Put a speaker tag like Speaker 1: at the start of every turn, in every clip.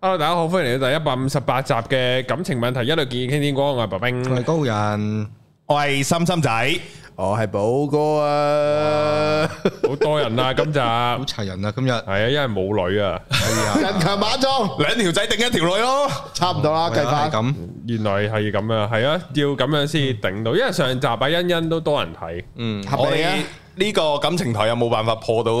Speaker 1: Hello，大家好，歡迎嚟到第一百五十八集嘅感情問題一律建議傾天光，我係白冰。
Speaker 2: 佢係高人，
Speaker 3: 我係心心仔，我係寶哥啊！
Speaker 1: 好多人啊，今集係
Speaker 2: 好齊人啊！今日係
Speaker 1: 啊，因為冇女啊，
Speaker 2: 啊，
Speaker 3: 人強馬壯， 兩條仔定一條女咯，差唔多啦，計
Speaker 2: 係
Speaker 3: 法。
Speaker 2: 咁，
Speaker 1: 原來係咁啊，係啊，要咁樣先頂到，因為上集啊，欣欣都多人睇，
Speaker 2: 嗯，
Speaker 3: 我
Speaker 4: 合理啊
Speaker 3: 哋！呢個感情台有冇辦法破到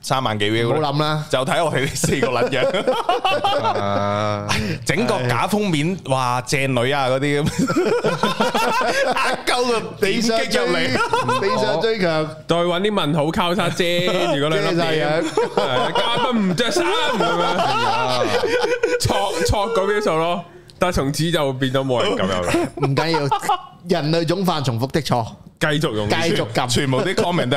Speaker 3: 三萬幾 view
Speaker 4: 唔好
Speaker 3: 咧？
Speaker 4: 諗啦，
Speaker 3: 就睇我哋呢四個撚樣，
Speaker 2: 啊，
Speaker 3: 整個假封面，哇，正女啊嗰啲咁，呃鳩個
Speaker 4: 你
Speaker 3: 點
Speaker 4: 想
Speaker 3: 擊入嚟，
Speaker 4: 追，你想追強，
Speaker 1: 再揾啲問號交叉 遮住嗰兩粒
Speaker 4: 遮晒
Speaker 1: 嘢
Speaker 4: 樣，
Speaker 1: 係嘉賓唔着衫咁 樣，錯錯嗰標數咯。但係從此就變咗冇人咁樣啦，
Speaker 4: 唔緊要，人類總犯重複的錯，
Speaker 1: 繼續用呢
Speaker 4: 繼續 撳，
Speaker 3: 全部啲 comment 都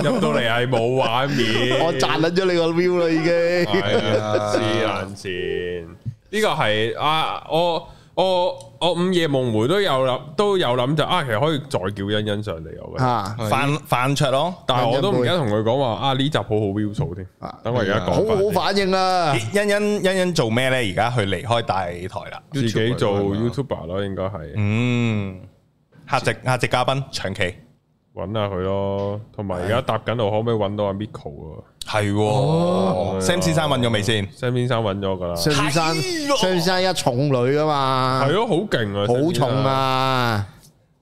Speaker 3: 屌，
Speaker 1: 入到嚟係冇畫面。
Speaker 4: 我賺撚咗你個 view 啦已經，
Speaker 1: 係啊，黐撚線！呢個係啊，我我我午夜夢回都有諗，都有諗就啊，其實可以再叫欣欣上嚟我嘅，
Speaker 4: 嚇，
Speaker 3: 翻翻出咯。
Speaker 1: 但係我都唔記得同佢講話啊呢集好好 view 數添
Speaker 4: 啊，
Speaker 1: 等我而家
Speaker 4: 好
Speaker 1: 講
Speaker 4: 好
Speaker 1: 翻
Speaker 4: 反應啦，
Speaker 3: 欣欣欣欣做咩咧？而家佢離開大台啦。
Speaker 1: 先，自
Speaker 4: 啊
Speaker 1: 己做
Speaker 2: YouTube
Speaker 1: YouTuber 咯，應該係
Speaker 3: 嗯，客席客席嘉賓長期
Speaker 1: 揾下佢咯，同埋而家搭緊路可唔可以揾到阿 Miko 啊
Speaker 3: 係喎，Sam 先生揾咗未先？
Speaker 1: ？Sam 先生揾咗㗎啦，
Speaker 4: 上先生，上先生一重女噶嘛
Speaker 1: 係，咯，好勁啊，
Speaker 4: 好重
Speaker 1: Sam
Speaker 4: 啊，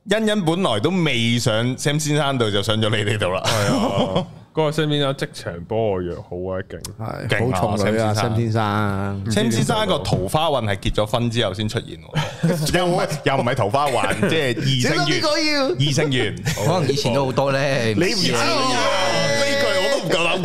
Speaker 3: 欣欣本來都未上 Sam 先生度，就上咗你哋度啦。
Speaker 1: 先生！係啊，嗰個 Sam 先生即場幫我約好啊，勁！
Speaker 4: 係
Speaker 3: 勁啊
Speaker 4: 好重女啊，
Speaker 3: Sam
Speaker 4: 新先生，
Speaker 3: Sam 先生個桃花運係結咗婚之後先出現喎，又唔係又唔係桃花運，即係異性
Speaker 4: 點解呢
Speaker 3: 緣。
Speaker 4: 個要？
Speaker 3: 異性緣，
Speaker 2: 可能以前都好多咧，你
Speaker 3: 你唔知啊 呢句我都唔夠膽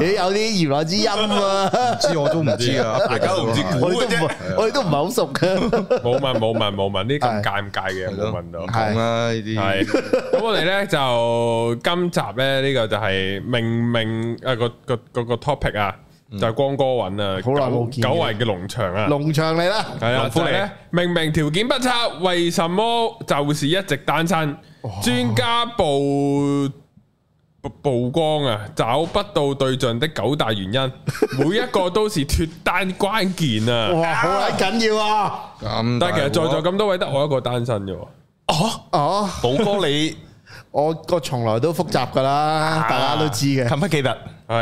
Speaker 4: 你有啲言外之音啊！
Speaker 2: 知我都唔知 啊，
Speaker 3: 大家都唔知
Speaker 4: 我
Speaker 3: 估
Speaker 4: 哋
Speaker 3: 嘅
Speaker 4: 都唔
Speaker 3: 啫。，
Speaker 4: 我哋都唔係好熟嘅。
Speaker 1: 冇問冇問冇問，呢啲咁
Speaker 4: 係
Speaker 1: 尷尬嘅冇問到。
Speaker 2: 講啦呢啲，
Speaker 1: 系，咁我哋咧就今集咧呢、個就係明明啊個個個個 topic 啊，就係光哥揾啊，
Speaker 4: 好耐
Speaker 1: 久
Speaker 4: 冇見
Speaker 1: 久
Speaker 4: 嘅
Speaker 1: 違嘅農場啊，
Speaker 4: 農場嚟啦，
Speaker 1: 係啊，
Speaker 3: 農
Speaker 1: 就
Speaker 3: 夫
Speaker 1: 係咧明明條件不差，為什麼就是一直單身？專家曝曝光啊，找不到對象的九大原 因，每一個都是脱單關鍵啊！
Speaker 4: 哇，好鬼緊要啊！
Speaker 2: 咁
Speaker 1: 但係其實在座
Speaker 2: 大鑊
Speaker 1: 咁多位得我一個單身嘅喎。
Speaker 3: 哦，
Speaker 4: 哦，
Speaker 3: 寶哥你
Speaker 4: 我個從來都複雜噶啦，大家都知嘅。
Speaker 3: 近不記得？
Speaker 1: 系，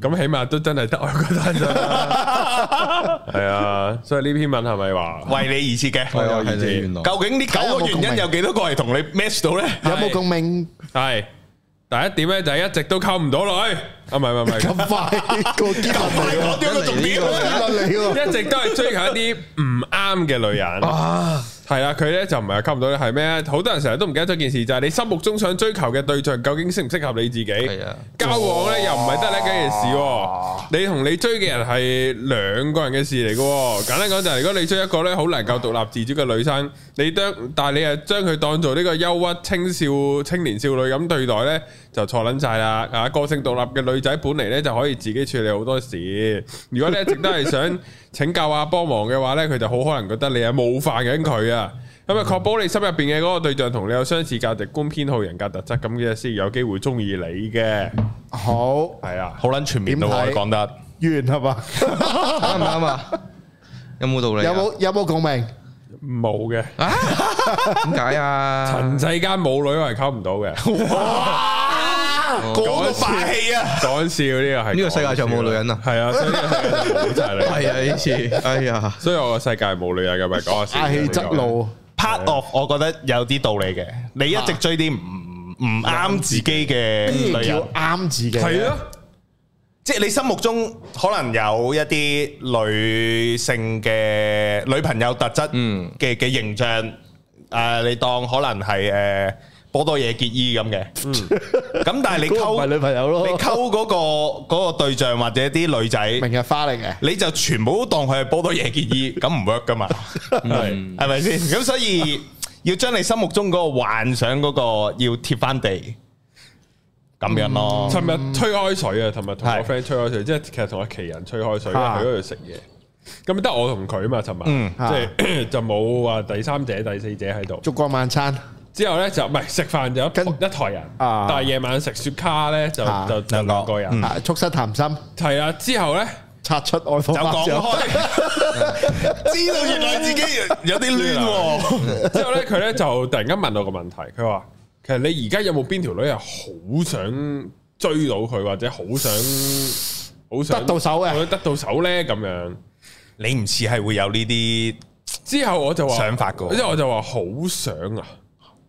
Speaker 1: 咁起碼都真係得我一個單身啦。 係啊，所以呢篇文係咪話
Speaker 3: 為你而設嘅，
Speaker 2: 係啊
Speaker 1: 我有意
Speaker 2: 係
Speaker 1: 見
Speaker 2: 你原來，
Speaker 3: 究竟呢九個原因有幾多個係同你 match 到咧？
Speaker 4: 有冇共鳴
Speaker 1: 係第一點咧，就係一直都溝唔到女，啊唔係唔係
Speaker 4: 咁
Speaker 1: 唔
Speaker 4: 快個結論 嚟喎？
Speaker 3: 講咗個重
Speaker 2: 嚟呢
Speaker 3: 點
Speaker 2: 個
Speaker 4: 結論嚟喎
Speaker 1: 係， 一直都係追求一啲唔啱嘅女人。係啦，佢咧就唔係話溝唔到咧，係咩咧？好多人成日都唔記得咗件事，就係你心目中想追求嘅對象究竟適唔適合你自己？
Speaker 2: 係啊
Speaker 1: 交往咧又唔係得呢件事喎，你同你追嘅人係兩個人嘅事嚟嘅喎。簡單講就係，如果你追一個咧好能夠獨立自主嘅女生，你當但係你係將佢當做呢個憂鬱青少青年少女咁對待咧，就錯撚晒啦！啊，個性獨立嘅女仔本嚟咧就可以自己處理好多事。如果你一直都係想請教啊幫忙嘅話咧，佢就好可能覺得你係冒犯緊佢啊。咁啊，確保你心入邊嘅嗰個對象同你有相似價值觀、偏好、人格特質，咁嘅先有機會中意你嘅。
Speaker 4: 好
Speaker 1: 係啊，
Speaker 3: 好撚全面到我
Speaker 4: 點睇
Speaker 3: 講得。
Speaker 4: 完係嘛？
Speaker 2: 啱唔啱啊？有冇道理
Speaker 4: 有
Speaker 2: 啊？
Speaker 4: 冇有冇共鳴？
Speaker 1: 冇嘅，
Speaker 2: 點解啊？
Speaker 1: 人世間冇女我係溝唔到 嘅。
Speaker 3: 嗰個霸氣啊！
Speaker 1: 講笑呢個係
Speaker 2: 呢個世界上冇女人啊
Speaker 1: 係啊，所以呢個世界上冇晒女人。
Speaker 2: 係啊，呢次，哎呀，
Speaker 1: 所以我個世界冇女人啊嘅，咪講下先。
Speaker 4: 大氣側路
Speaker 3: part of 我覺得有啲道理嘅，你一直追啲唔唔啱自己嘅
Speaker 4: 必然
Speaker 3: 女人
Speaker 4: 叫，啱自己。
Speaker 1: 係啊咯，
Speaker 2: 嗯
Speaker 3: 即係你心目中可能有一啲女性嘅女朋友特質嘅嘅形象，誒你當可能係誒波多野結衣咁嘅， 咁但係你
Speaker 4: 嗰個唔係
Speaker 3: 溝
Speaker 4: 女朋友咯
Speaker 3: 你溝嗰個嗰個對象或者啲女仔。
Speaker 4: 明日花嚟嘅。
Speaker 3: 你就全部都當佢係波多野結 衣，咁唔 work 噶嘛？係係咪先？咁所以要將你心目中嗰個幻想嗰個要貼翻地，咁樣咯。
Speaker 1: 尋日吹開水啊，尋日同我
Speaker 3: 係
Speaker 1: friend 吹開水，即係其實同阿奇人吹開水，因為
Speaker 3: 啊
Speaker 1: 佢嗰度食嘢。咁得我同佢啊嘛，尋日
Speaker 3: 嗯
Speaker 1: 即係 就冇話第三者、第四者喺度。
Speaker 4: 燭光晚餐
Speaker 1: 之後咧就唔係食飯就
Speaker 4: 跟
Speaker 1: 一一台人，
Speaker 4: 啊
Speaker 1: 但係夜晚食雪卡咧就
Speaker 4: 啊嗯
Speaker 1: 就就
Speaker 3: 兩個
Speaker 4: À,
Speaker 1: 兩個人。
Speaker 4: 啊，促膝談心，
Speaker 1: 係啊，之後咧
Speaker 4: 擦出外放
Speaker 3: 就
Speaker 4: 之
Speaker 3: 講開，
Speaker 4: 後
Speaker 3: 知道原來自己有啲亂喎。
Speaker 1: 之後咧，佢咧就突然間問我個問題，佢話：其實你而家有冇邊條女係好想追到佢，或者好 想好想
Speaker 4: 得到手嘅
Speaker 1: 或者得到手咧？咁樣
Speaker 3: 你唔似係會有呢啲
Speaker 1: 之後我就話
Speaker 3: 想法㗎
Speaker 1: 之後我就話好想啊！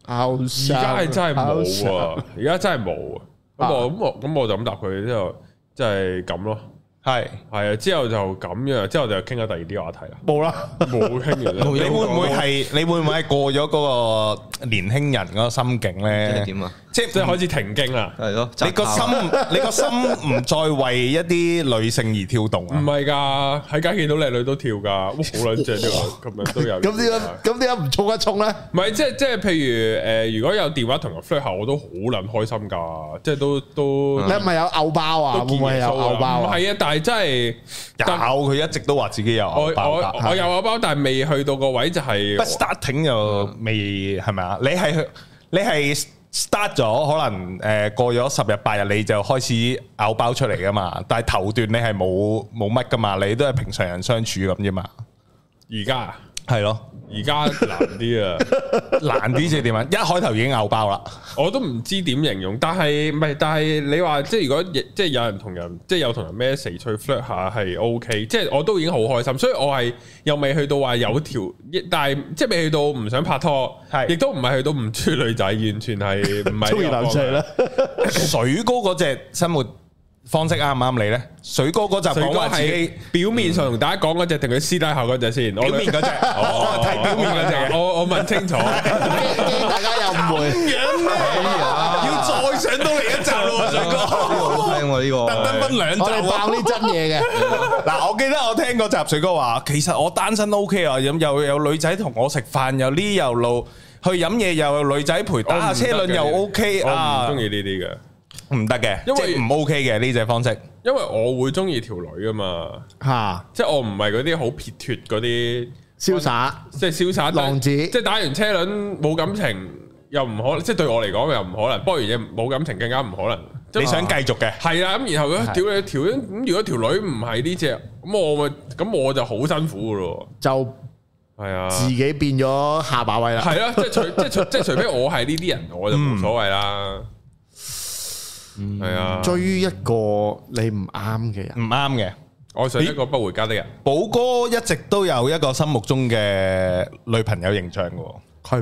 Speaker 4: 拗
Speaker 1: 而
Speaker 4: 手
Speaker 1: 家係真係
Speaker 4: 拗
Speaker 1: 冇
Speaker 4: 手
Speaker 1: 啊！而家真係冇啊！咁
Speaker 4: 啊
Speaker 1: 我咁我咁我就咁答佢，之後即係咁咯。
Speaker 3: 係。
Speaker 1: 係啊，之後就咁樣，之後就傾咗第二啲話題啦。
Speaker 4: 冇啦，
Speaker 1: 冇傾完啦，
Speaker 3: 你會唔會係？你會唔會係過咗嗰個年輕人嗰個心境
Speaker 2: 即
Speaker 3: 咧
Speaker 2: 係？點啊？
Speaker 3: 即
Speaker 1: 即係
Speaker 3: 係
Speaker 1: 開始停經啊啦？
Speaker 2: 係咯，
Speaker 3: 你個心，你個心唔再為一啲女性而跳動
Speaker 1: 唔
Speaker 3: 啊！
Speaker 4: 嗯
Speaker 1: 係㗎，喺街見到靚女都跳㗎，哇好撚正呢個，咁樣都有。
Speaker 4: 咁點啊解咁點解唔衝一衝咧？
Speaker 1: 唔係，即係即係，譬如誒、呃如果有電話同人 flirt 下，我都好撚開心㗎，即係都都
Speaker 4: 嗯你係咪有牛包啊？
Speaker 1: 都
Speaker 4: 會
Speaker 1: 見
Speaker 4: 唔會有
Speaker 1: 耶穌㗎
Speaker 4: 牛包
Speaker 1: 唔
Speaker 4: 啊？
Speaker 1: 係啊，但係真係
Speaker 3: 有佢一直都話自己有
Speaker 1: 我
Speaker 3: 牛爆
Speaker 1: 我我
Speaker 3: 㗎，
Speaker 1: 有我包，但係未去到個位就係
Speaker 3: 不 starting 又未係咪啊？你係你係 start 咗，可能誒過咗十日八日你就開始咬包出嚟噶嘛，但係頭段你係冇冇乜噶嘛，你都係平常人相處咁啫嘛，
Speaker 1: 而家啊
Speaker 3: 係咯，
Speaker 1: 而家難啲啊，
Speaker 3: 難啲即係點啊？一開頭已經咬包啦，
Speaker 1: 我都唔知點形容，但係唔係？但係你話即係如果即係有人同人即係有同人咩死吹 flirt 下係 OK，即係我都已經好開心，所以我係又未去到話有條，但係即係未去到唔想拍拖，
Speaker 3: 係
Speaker 1: 亦都唔係去到唔追女仔，完全係唔係
Speaker 4: 中意流水啦，
Speaker 3: 水哥嗰隻生活方式啱唔啱你咧？水哥嗰集
Speaker 1: 水
Speaker 3: 講
Speaker 1: 哥
Speaker 3: 話自
Speaker 1: 係
Speaker 3: 己。
Speaker 1: 表面上同大家講嗰只定佢私底下嗰只先？哦表
Speaker 3: 表面嗰隻，我係睇表面嗰隻嘅。
Speaker 1: 哦我我問清楚，
Speaker 4: 驚大家又 誤會。
Speaker 3: 樣咩？要再上到嚟一集咯，水 哥。
Speaker 2: 聽我呢個，
Speaker 3: 特登分兩集
Speaker 4: 我哋
Speaker 3: 喎。
Speaker 4: 爆呢真嘢嘅，
Speaker 3: 嗱，我記得我聽嗰集水哥話，其實我單身 O K 啊，咁又有女仔同我食飯，又呢又路去飲嘢，又有女仔
Speaker 1: 哦
Speaker 3: 陪打下車輪又 O K
Speaker 1: 我唔
Speaker 3: 啊，
Speaker 1: 中意呢啲嘅，
Speaker 3: 唔得嘅，
Speaker 1: 因
Speaker 3: 因
Speaker 1: 為
Speaker 3: 為唔 O K 嘅呢只方式。
Speaker 1: 因為我會中意條女啊嘛，
Speaker 4: 吓
Speaker 1: 即係我唔係嗰啲好撇脱嗰啲，
Speaker 4: 瀟灑
Speaker 1: 即係瀟灑
Speaker 4: 浪子
Speaker 1: 即係打完車輪冇感情又唔可，即係對我嚟講又唔可能，幫完嘢冇感情更加唔可能。即係
Speaker 3: 你想繼續嘅，
Speaker 1: 係啦，咁然後咧，屌你條咁，如果條女唔係呢只，咁我咪咁我就好辛苦噶咯，
Speaker 4: 就
Speaker 1: 係啊，
Speaker 4: 自己變咗下把位啦。
Speaker 1: 係啊啦，即係除即係除即係除非我係呢啲人，我就冇所謂啦。係啊，
Speaker 4: 追一個你唔啱嘅人，
Speaker 3: 唔啱嘅。
Speaker 1: 我想一個不回家的人，
Speaker 3: 寶哥一直都有一個心目中嘅女朋友形象嘅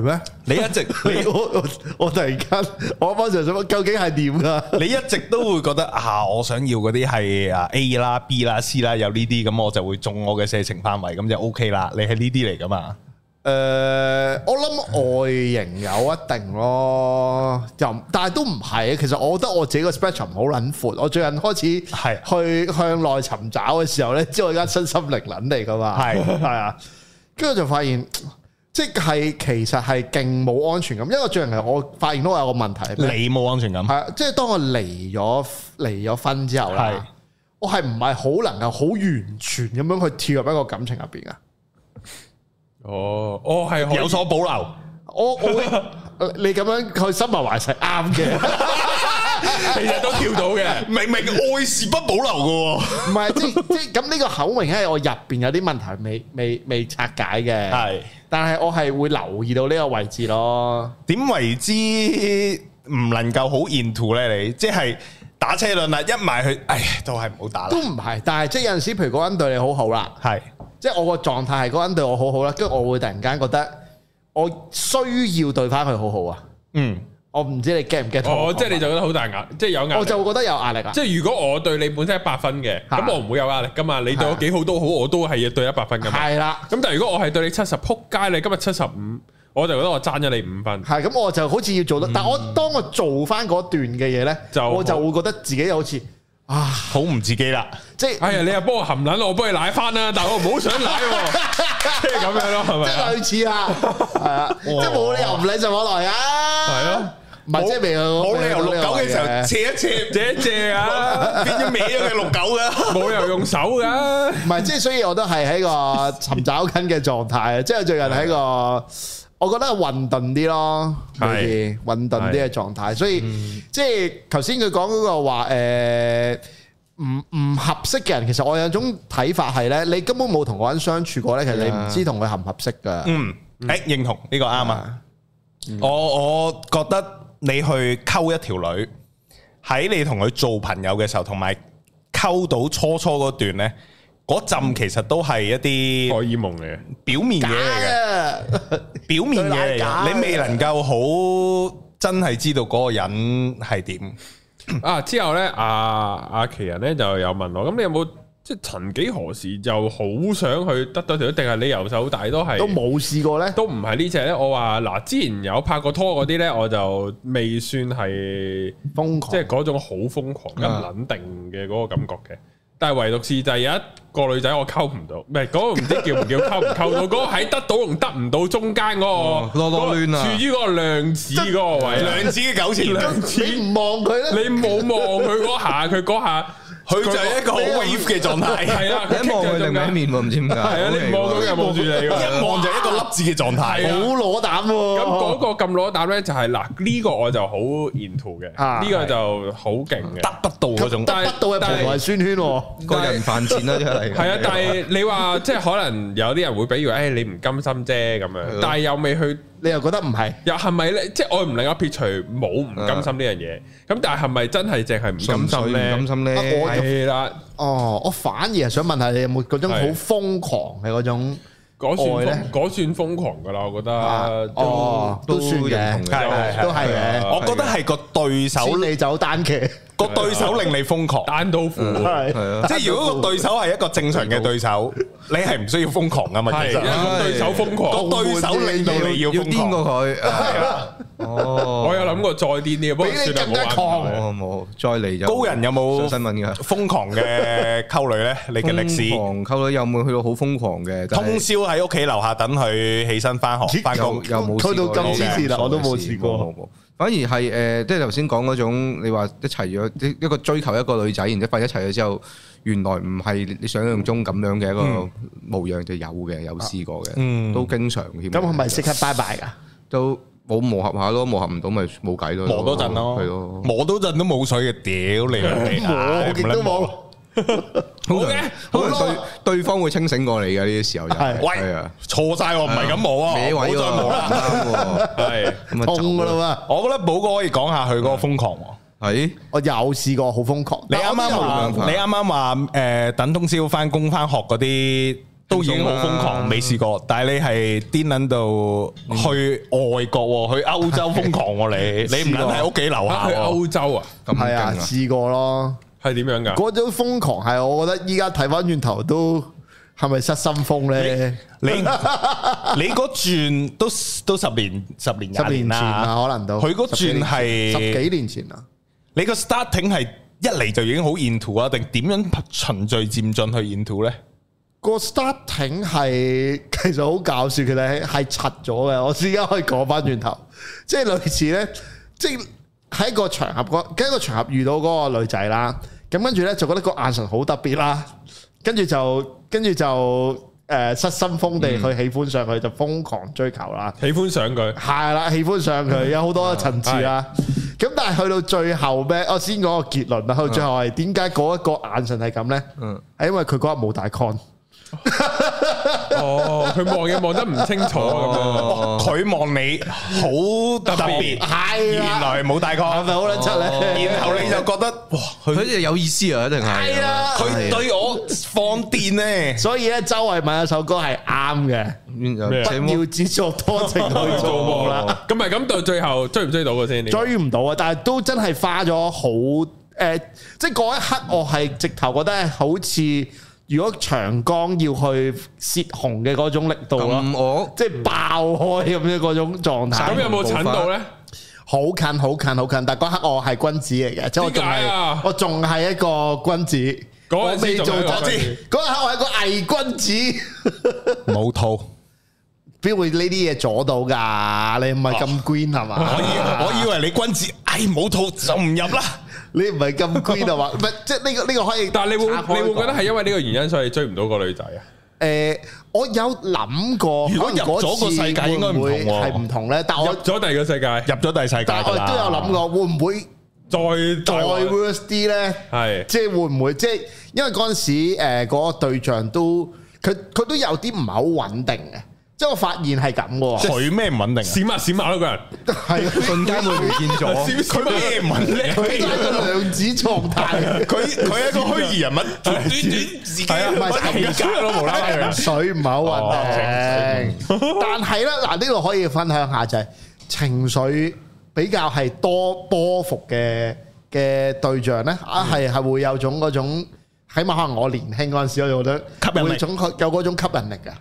Speaker 3: 喎，
Speaker 4: 係咩？
Speaker 3: 你一直 你
Speaker 4: 你 我我我突然間，我啱啱就想問，究竟係點啊噶？
Speaker 3: 你一直都會覺得啊，我想要嗰啲係啊 A 啦、B 啦、C 啦，有呢啲咁，我就會中我嘅射程範圍，咁就 O K 啦。你係呢啲嚟噶嘛？
Speaker 4: 誒，呃我諗外形有一定咯，又但係都唔係。其實我覺得我自己個 spectrum 好撚闊。我最近開始
Speaker 3: 係
Speaker 4: 去向內尋找嘅時候咧，知我而家身心靈撚嚟噶嘛。
Speaker 3: 係
Speaker 4: 係啊，跟住就發現，即係其實係勁冇安全感。因為我最近其實我發現到我有個問題係咩，
Speaker 3: 你冇安全感，
Speaker 4: 係啊即係當我離咗離咗婚之後
Speaker 3: 係
Speaker 4: 啦，我係唔係好能夠好完全咁樣去跳入一個感情入邊啊？
Speaker 1: 哦，我係可以
Speaker 3: 有所保留。
Speaker 4: Oh，我我 會呃你咁樣去深埋埋係啱嘅，
Speaker 1: 其實都跳到嘅。
Speaker 3: 明明愛是不保留嘅喎，
Speaker 4: 唔係即即咁呢個口明係我入邊有啲問題未未未拆解嘅，
Speaker 3: 係
Speaker 4: 但係我係會留意到呢個位置咯。
Speaker 3: 點為之唔能夠好 into 咧？你即係打車輪啦，一埋去，唉，都係唔好打
Speaker 4: 都
Speaker 3: 啦。
Speaker 4: 唔係，但係即係有陣時，譬如嗰個人對你好好啦，
Speaker 3: 係
Speaker 4: 即係我個狀態係嗰個人對我好好啦，跟住我會突然間覺得我需要對翻佢好好啊！
Speaker 3: 嗯，
Speaker 4: 我唔知你 get 唔 get 到我
Speaker 1: 哦，
Speaker 4: 講
Speaker 1: 即係你
Speaker 4: 法
Speaker 1: 就覺得好大壓，即係有壓
Speaker 4: 我
Speaker 1: 力。
Speaker 4: 就會覺得有壓力啊！
Speaker 1: 即係如果我對你本身一百分嘅，
Speaker 4: 嚇
Speaker 1: 咁我唔會有壓力噶嘛。你對我幾好都好，我都係對一百分噶嘛。
Speaker 4: 係啦，
Speaker 1: 咁但係如果我係對你七十，撲街你今日七十五，我就覺得我爭咗你五 分。
Speaker 4: 係咁我就好似要做得，但我當我做翻嗰段嘅嘢呢，
Speaker 1: 就
Speaker 4: 我就會覺得自己好似啊，
Speaker 3: 好唔自己啦。
Speaker 4: 即係
Speaker 1: 哎呀，你又幫我含撚，我幫你奶翻啦，但係我唔好想奶喎， 即係咁樣咯，係
Speaker 4: 即
Speaker 1: 咪
Speaker 4: 係
Speaker 1: 啊？
Speaker 4: 類似啊，係啊，即係冇理由唔理就我來啊，
Speaker 1: 係啊，
Speaker 4: 唔係即係未
Speaker 3: 冇理由六九嘅時候
Speaker 4: 唔
Speaker 3: 斜一斜，
Speaker 1: 借一借啊，
Speaker 3: 變咗歪咗嘅六九噶。
Speaker 1: 冇理由用手噶。
Speaker 4: 係即係，所以我都係喺個尋找緊嘅狀態啊，即係最近喺個。我覺得係混沌啲咯，
Speaker 1: 啊係嗯
Speaker 4: 係混沌啲嘅狀態，所以即係頭先佢講嗰個話誒，唔唔唔合適嘅人，其實我有種睇法係咧，你根本冇同嗰個人相處過咧，其實你
Speaker 1: 啊
Speaker 4: 唔知同佢合唔合適噶。
Speaker 3: 嗯，誒認同呢個啱啊！我我覺得你去溝一條女，喺你同佢做朋友嘅時候，同埋溝到初初嗰段呢，嗰陣其實都係一
Speaker 1: 荷
Speaker 3: 啲
Speaker 1: 爾蒙嚟嘅，
Speaker 3: 表面嘢嚟嘅，
Speaker 4: 嘅，
Speaker 3: 表面嘢嚟
Speaker 4: 最乸假
Speaker 3: 嘅，
Speaker 4: 嘅
Speaker 3: 你未能夠好真係知道嗰個人係點。
Speaker 1: 啊！之後咧，阿阿奇人咧就有問我，咁你有冇即係曾幾何時就好想去得到條，定係你由細到大都係
Speaker 4: 都冇試過咧。
Speaker 1: 都唔係呢只咧？我話嗱，之前有拍過拖嗰啲咧，我就未算係
Speaker 4: 瘋狂，
Speaker 1: 即係嗰種好瘋狂、咁撚定嘅嗰個感覺嘅。但係唯獨是就係有一個女仔我溝唔到，唔係嗰個唔知叫唔叫溝唔溝到，嗰個喺得到同得唔到中間嗰個
Speaker 2: 囉囉攣啊
Speaker 1: 處於嗰個量子嗰個位啊，
Speaker 3: 兩子嘅糾纏，
Speaker 1: 量子
Speaker 4: 你唔望佢咧，
Speaker 1: 你冇望佢嗰下，佢嗰下
Speaker 3: 佢就係一個好 wave 嘅狀態，
Speaker 1: 係啦，
Speaker 2: 你一望佢另
Speaker 1: 咪
Speaker 2: 外一面喎，唔知點解。
Speaker 1: 係啊，你望到佢又望住你㗎
Speaker 3: 一望就係一個粒子嘅狀
Speaker 1: 係
Speaker 3: 態。
Speaker 1: 啊
Speaker 4: 好攞膽喎。
Speaker 1: 咁嗰個咁攞膽咧，就係嗱呢個我就好 into
Speaker 4: 啊
Speaker 1: 嘅，呢個就好勁嘅。
Speaker 3: 得不到嗰種，
Speaker 1: 但係
Speaker 4: 不到嘅
Speaker 1: 但係
Speaker 4: 盤圍宣圈喎，
Speaker 2: 個人犯賤啦，真係。
Speaker 1: 係啊，但係你話 即係可能有啲人會比喻，誒你唔甘心啫咁樣，但係又未去，
Speaker 4: 你又覺得唔係？
Speaker 1: 又係咪咧？即係我唔能夠撇除冇唔甘心呢樣嘢，咁但係係咪真係淨係唔
Speaker 2: 純
Speaker 1: 甘
Speaker 2: 粹
Speaker 1: 心
Speaker 2: 唔甘
Speaker 1: 咧？
Speaker 2: 心咧，
Speaker 4: 啊我
Speaker 1: 係啦，
Speaker 4: 哦，我反而係想問下你有冇嗰種好
Speaker 1: 係
Speaker 4: 瘋狂嘅嗰種
Speaker 1: 嗰
Speaker 4: 愛
Speaker 1: 算
Speaker 4: 呢
Speaker 1: 瘋嗰算瘋狂噶啦，我覺
Speaker 4: 啊
Speaker 1: 得。
Speaker 4: 哦，都算
Speaker 2: 認同
Speaker 4: 嘅，
Speaker 2: 嘅
Speaker 3: 係係係
Speaker 4: 都係嘅。
Speaker 3: 我覺得係個對手
Speaker 4: 手你走單騎，
Speaker 3: 個對手令你瘋狂，
Speaker 1: 單 刀赴會。
Speaker 4: 係
Speaker 2: 係啊，
Speaker 3: 即係如果個對手係一個正常嘅對手，你係唔需要瘋狂噶嘛。
Speaker 1: 係，
Speaker 3: 其
Speaker 1: 因為
Speaker 3: 實
Speaker 1: 個對手瘋狂，
Speaker 3: 個對手令到你
Speaker 2: 要
Speaker 3: 要
Speaker 2: 癲
Speaker 3: 瘋
Speaker 2: 過
Speaker 3: 狂，
Speaker 2: 佢。 哦，
Speaker 1: 我有諗過再癲啲嘅，不過
Speaker 4: 比你
Speaker 1: 算啦，
Speaker 4: 更加
Speaker 1: 冇
Speaker 4: 狂
Speaker 1: 玩。
Speaker 2: 我冇再嚟就
Speaker 3: 高人有冇
Speaker 2: 上新聞㗎？
Speaker 3: 瘋狂嘅溝女呢？你嘅歷史
Speaker 2: 瘋狂溝女有冇去到好瘋狂嘅？但係
Speaker 3: 通宵喺屋企樓下等佢起身翻學翻工
Speaker 2: 有，有冇
Speaker 4: 溝到
Speaker 2: 試過
Speaker 4: 咁
Speaker 2: 呢
Speaker 4: 黐線啦
Speaker 2: 冇
Speaker 4: 我都
Speaker 2: 嘅
Speaker 4: 冇試過
Speaker 2: 冇冇冇反而係誒、呃即係頭先講嗰種，你話一齊咗一一個追求一個女仔，然之後發現一齊咗之後，原來唔係你想象中咁樣嘅一個模樣，就有嘅，有試過嘅，
Speaker 3: 嗯
Speaker 2: 都經常添。
Speaker 4: 咁係咪即刻拜拜㗎？
Speaker 3: 啊
Speaker 2: 都冇磨合下咯？磨合唔到咪冇計咯，
Speaker 3: 磨多陣
Speaker 2: 係咯
Speaker 3: 咯，。磨多陣都冇水嘅，屌你老味！
Speaker 4: 我亦都冇。
Speaker 2: 通
Speaker 1: 好
Speaker 2: 常
Speaker 1: 嘅
Speaker 2: 通
Speaker 4: 好
Speaker 2: 常對
Speaker 4: 咯
Speaker 2: 對方會清醒過嚟嘅呢啲時候就
Speaker 4: 係
Speaker 3: 喂
Speaker 2: 係啊，
Speaker 3: 錯晒喎，唔係咁冇啊，
Speaker 2: 歪
Speaker 3: 唔好
Speaker 2: 位
Speaker 3: 再
Speaker 2: 喎，
Speaker 3: 冇
Speaker 2: 唔
Speaker 3: 啦。
Speaker 2: 啱喎，
Speaker 1: 係
Speaker 2: 咁啊走
Speaker 4: 痛噶啦
Speaker 2: 啦，
Speaker 4: 嘛！
Speaker 3: 我覺得寶哥可以講下佢嗰個瘋狂喎。
Speaker 2: 係
Speaker 4: 我有試過好瘋狂，
Speaker 3: 你啱啱話，
Speaker 2: 有兩
Speaker 3: 你啱啱話誒等通宵翻工翻學嗰啲都已經好瘋狂，未試過。但係你係癲撚到去外國喎，去歐洲瘋狂喎你，你唔撚喺屋企樓
Speaker 1: 啊
Speaker 3: 下
Speaker 1: 去
Speaker 3: 喎。
Speaker 1: 歐洲啊，
Speaker 2: 咁
Speaker 4: 係
Speaker 2: 勁
Speaker 4: 啊，
Speaker 2: 啊！
Speaker 4: 試過咯。
Speaker 1: 係點樣㗎？
Speaker 4: 嗰種瘋狂係我覺得依家睇翻轉頭都係咪失心瘋咧？
Speaker 3: 你 你嗰轉都都十年十年
Speaker 4: 十
Speaker 3: 廿
Speaker 4: 年
Speaker 3: 年
Speaker 4: 前
Speaker 3: 啦，
Speaker 4: 啊，可能都
Speaker 3: 佢嗰
Speaker 4: 十
Speaker 3: 轉
Speaker 4: 幾年前十
Speaker 3: 係
Speaker 4: 幾年前啊，
Speaker 3: 你個 starting 係一嚟就已經好 into 啊，定點樣循序漸進去 into 咧？
Speaker 4: 個 starting 係 其實好搞笑，其實係柒咗嘅。我依家可以講翻轉頭，即係類似咧，即係喺個場合嗰喺個場合遇到嗰個女仔啦，咁跟住咧就覺得個眼神好特別啦，跟住就跟住就誒、呃失心瘋地去喜歡上佢，就瘋狂追求啦。
Speaker 1: 喜歡上佢。
Speaker 4: 係啦，喜歡上佢有好多層次啦。咁但係去到最後咩？我先講個結論啦。去到最後係點解嗰一個眼神係咁呢？
Speaker 2: 嗯
Speaker 4: 係因為佢嗰日冇大 con，
Speaker 1: 哦，佢望嘢望得唔清楚咁樣。
Speaker 3: 哦，佢望你好特別，
Speaker 4: 係
Speaker 3: 原
Speaker 4: 啦，
Speaker 3: 來冇大概。
Speaker 4: 係咪好撚柒
Speaker 1: 哦
Speaker 4: 呢？
Speaker 3: 然後你就覺得哇，
Speaker 2: 佢
Speaker 3: 佢
Speaker 2: 哋有意思啊，一定係。
Speaker 4: 係啦，
Speaker 3: 佢對我放電咧，
Speaker 4: 所以呢，周慧敏有首歌係啱嘅，
Speaker 1: 咩
Speaker 2: 咩
Speaker 1: 啊
Speaker 4: 不要只作多情去做 夢啦。
Speaker 1: 咁咪咁到最後追唔追到嘅先？
Speaker 4: 追唔到啊！但係都真係花咗好誒，即係嗰一刻我係直頭覺得好似如果長江要去泄洪嘅嗰種力度咯。
Speaker 2: 咁我
Speaker 4: 即係爆開咁樣嗰種狀態
Speaker 1: 咁，有冇診到咧？
Speaker 4: 好近好近好近，但嗰刻我係君子嚟嘅，即係我仲
Speaker 1: 點解啊
Speaker 4: 係我仲係一個君子，
Speaker 1: 嗰
Speaker 4: 我
Speaker 1: 陣時
Speaker 4: 未
Speaker 1: 仲
Speaker 4: 做
Speaker 1: 係一個
Speaker 4: 君
Speaker 1: 君
Speaker 4: 子，嗰刻我係一個偽君子，
Speaker 3: 冇套。
Speaker 4: 邊會呢啲嘢阻到㗎？你唔係咁 green 係嘛？
Speaker 3: 我以啊我以為你君子，唉冇套就唔入啦。
Speaker 4: 你唔係咁 green 係嘛？唔係即係呢個呢個可以，
Speaker 1: 但係你會
Speaker 4: 拆開
Speaker 1: 你會
Speaker 4: 講
Speaker 1: 覺得係因為呢個原因，所以追唔到個女仔啊？
Speaker 4: 誒，我有諗過，
Speaker 3: 如果
Speaker 4: 可能
Speaker 3: 入咗個
Speaker 4: 嗰次
Speaker 3: 世界應該唔同喎
Speaker 4: 會會係唔同咧，但我
Speaker 1: 入咗第二個世界，
Speaker 3: 入咗第世界
Speaker 4: 但係我亦都有諗過，會唔會
Speaker 1: 再
Speaker 4: 再
Speaker 1: 大鑊
Speaker 4: worse 啲咧，
Speaker 1: 係
Speaker 4: 即係會唔會即係因為嗰陣時誒嗰個對象都佢佢都有啲唔係好穩定嘅，即係我發現係咁嘅喎，
Speaker 3: 佢咩唔穩定啊？
Speaker 1: 閃下閃下咯個人，
Speaker 4: 係啊
Speaker 2: 瞬間會唔見 咗。
Speaker 1: 閃閃下
Speaker 3: 咩唔穩定？
Speaker 4: 佢都係一個量子狀態，
Speaker 3: 佢佢係一個虛擬人物，短短自己
Speaker 1: 係啊
Speaker 4: 唔係
Speaker 3: 格咯，無啦啦
Speaker 4: 情緒唔係好穩定。但係咧，嗱呢度可以分享下就係情緒比較係多波幅嘅嘅對象咧，啊係係會有種嗰種，起碼可能我年輕嗰陣時，我就覺得
Speaker 3: 吸引力
Speaker 4: 會種有嗰種吸引力嘅。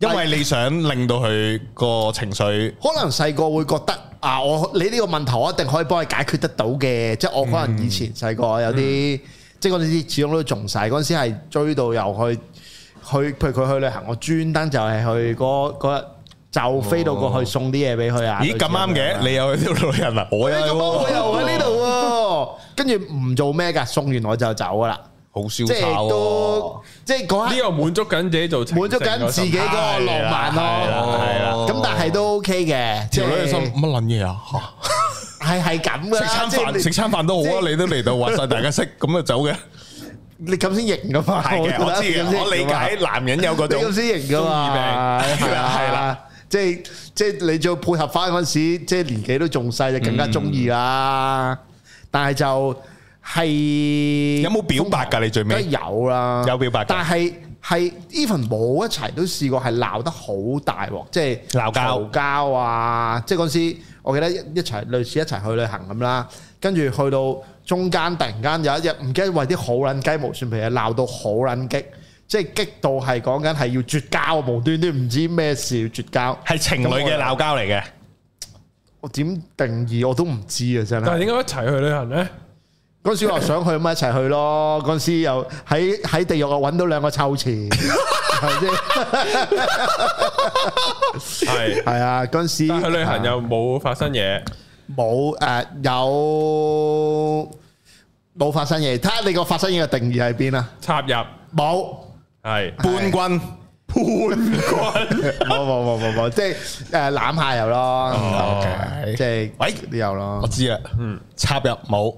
Speaker 3: 因為你想令到佢個情緒
Speaker 4: 可能細個會覺得啊，我你呢個問題我一定可以幫你解決得到嘅，即係我可能以前細個有啲，即係嗰陣時始終都仲細，嗰陣時係追到又去去，譬如佢去旅行，我專登就係去嗰嗰日就飛到過去送啲嘢俾佢啊。
Speaker 3: 咦咁啱
Speaker 4: 類似
Speaker 3: 嘅，你又去呢度旅人啦，我
Speaker 4: 咁樣，咦咁啱我
Speaker 3: 又
Speaker 4: 又喺呢度喎，跟住唔做咩㗎，送完我就走㗎啦，
Speaker 3: 好瀟灑
Speaker 4: 即係
Speaker 3: 喎
Speaker 4: 都。即係嗰
Speaker 1: 呢個
Speaker 4: 刻
Speaker 1: 滿足緊自己做情聖
Speaker 4: 滿足緊自己嗰個浪漫
Speaker 3: 係啦
Speaker 4: 咯。
Speaker 3: 係啦
Speaker 2: 哦
Speaker 4: 咁但係都 OK
Speaker 3: 條
Speaker 4: 嘅，即
Speaker 3: 女
Speaker 4: 係
Speaker 3: 嘅心乜撚嘢啊？嚇
Speaker 4: 係係咁㗎
Speaker 3: 食
Speaker 4: 啦，
Speaker 3: 餐
Speaker 4: 即係你
Speaker 3: 飯食餐飯都好啊！
Speaker 4: 即係
Speaker 3: 你都嚟到話晒大家識，咁就走嘅。
Speaker 4: 你咁先型噶嘛？覺得你咁先型㗎嘛
Speaker 3: 男人有嗰
Speaker 4: 你咁先型噶嘛？
Speaker 3: 中二病
Speaker 4: 係
Speaker 3: 係啦係
Speaker 4: 啦，係
Speaker 3: 啦
Speaker 4: 啦。即係即係你再配合翻嗰陣時，即係年紀都仲細，就更加中意啦。但係就係
Speaker 3: 有冇表白㗎？你最
Speaker 4: 梗係
Speaker 3: 尾
Speaker 4: 有啦，
Speaker 3: 有表白㗎
Speaker 4: 但係係 even 冇一齊都試過係鬧得好大鑊，即係
Speaker 3: 鬧交
Speaker 4: 嘈交啊！即係嗰陣時，我記得一一齊類似一齊去旅行咁啦，跟住去到中間突然間有一日唔記得為啲好撚雞毛蒜皮嘢鬧到好撚激，即係激到係講緊係要絕交，無端端唔知咩事要絕交。
Speaker 3: 係情侶嘅鬧交嚟嘅，
Speaker 4: 我點定義我都唔知啊！真係。
Speaker 1: 但係點解一齊去旅行咧？
Speaker 4: 嗰陣時我想去咁咪一齊去咯，嗰陣時又喺喺地獄啊揾到兩個臭錢，係 咪先？
Speaker 1: 係，
Speaker 4: 係啊，嗰陣時
Speaker 1: 但係去旅行又冇發生嘢，
Speaker 4: 冇誒有冇發生嘢？睇下你個發生嘢嘅定義喺邊啊？
Speaker 1: 插入
Speaker 4: 冇
Speaker 1: 係
Speaker 3: 半軍
Speaker 1: 半軍。
Speaker 4: 冇冇冇冇冇，即係誒攬下有咯，
Speaker 3: OK à?
Speaker 4: 即係
Speaker 3: 喂
Speaker 4: 啲有咯
Speaker 3: 我。知啦，嗯，插入冇，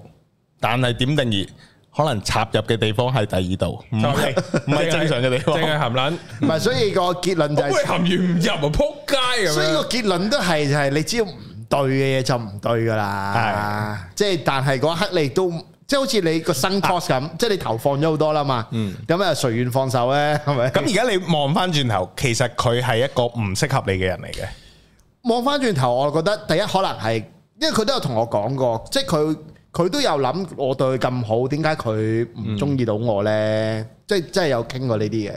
Speaker 3: 但係點定義？可能插入嘅地方係第二度，唔係唔係正常嘅地方
Speaker 1: 淨。係含撚，
Speaker 4: 唔係，所以個結論就
Speaker 1: 喂
Speaker 4: 係，
Speaker 1: 含完唔入啊，撲街咁
Speaker 4: 所以個
Speaker 1: 樣。
Speaker 4: 結論都係就係你只要唔對嘅嘢就唔對噶啦。即係但係嗰一刻你都。即係好似你個生 cost 咁，即係你投放咗好多啦嘛，咁啊隨緣放手咧，係咪？
Speaker 3: 咁而家你望翻轉頭，其實佢係一個唔適合你嘅人嚟嘅。
Speaker 4: 望翻轉頭，我覺得第一可能係，因為佢都有同我講過，即係佢佢都有諗我對佢咁好，點解佢唔中意到我呢？即係真係有傾過呢啲嘢。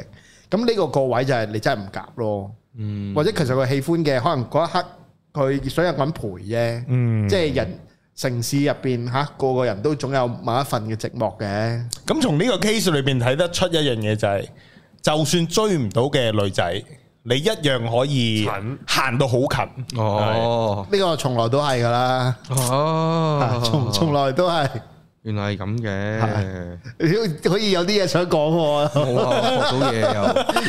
Speaker 4: 咁呢個個位就係你真係唔夾咯，或者其實佢喜歡嘅，可能嗰一刻佢想有個人陪啫，即係人城市入邊嚇個個人都總有某一份嘅寂寞嘅。
Speaker 3: 咁從呢個 case 裏邊睇得出一樣嘢就係，就算追唔到嘅女仔，你一樣可以
Speaker 1: 近
Speaker 3: 行到好近。
Speaker 2: 哦
Speaker 4: 呢個從來都係㗎啦，
Speaker 2: 哦，
Speaker 4: 從從來都係，
Speaker 2: 原來係咁嘅，
Speaker 4: 可以有啲嘢想講喎。
Speaker 2: 冇啊，學到嘢又，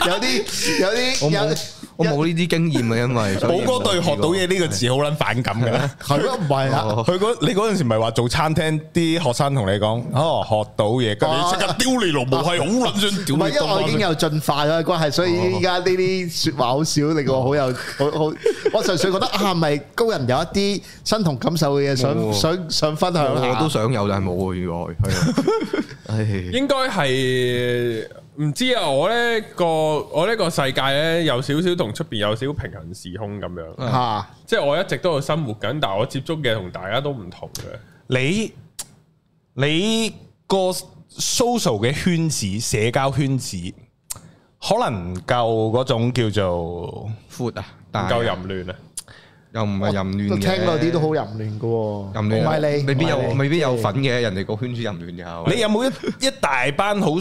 Speaker 4: 有啲有啲
Speaker 2: 我
Speaker 4: 有
Speaker 2: 冇我冇呢啲經驗啊，因為所以
Speaker 3: 寶哥對
Speaker 2: 冇
Speaker 3: 學到嘢
Speaker 2: 呢
Speaker 3: 呢個字好撚反感㗎啦。
Speaker 4: 係咯，唔係啊，
Speaker 2: 哦
Speaker 3: 佢嗰你嗰陣時咪話做餐廳啲學生同你講，哦學到嘢，跟住你即刻屌你老母係好撚想
Speaker 4: 哦唔
Speaker 3: 屌
Speaker 4: 係
Speaker 3: 你
Speaker 4: 因為我已經
Speaker 3: 當
Speaker 4: 有進化咗嘅關係，所以依家呢啲説話好少令我好有好好，我純粹覺得啊，係咪高人有一啲身同感受嘅嘢
Speaker 2: 冇
Speaker 4: 想
Speaker 2: 喎
Speaker 4: 想想分
Speaker 2: 個
Speaker 4: 享下
Speaker 2: 我都想有，但係冇啊，原來係啊，唉
Speaker 1: 應該係唔知啊！我呢個我呢個世界呢，有少少同出邊有少少平行時空咁樣，
Speaker 4: 嚇，
Speaker 1: 即係我一直都有生活緊，但係我接觸嘅同大家都唔同嘅。
Speaker 3: 你你個 social 嘅圈子、社交圈子，可能唔夠嗰種叫做
Speaker 2: 闊啊，
Speaker 1: 唔
Speaker 2: 但係
Speaker 1: 夠淫亂啊！
Speaker 2: 又唔係淫亂嘅，
Speaker 4: 聽嗰啲都好淫亂嘅喎，
Speaker 2: 淫亂
Speaker 4: 唔
Speaker 2: 啊，
Speaker 4: 係你，
Speaker 2: 未必有
Speaker 4: 唔係你
Speaker 2: 未必有份嘅，人哋個圈子淫亂又，
Speaker 3: 你有冇一一大班好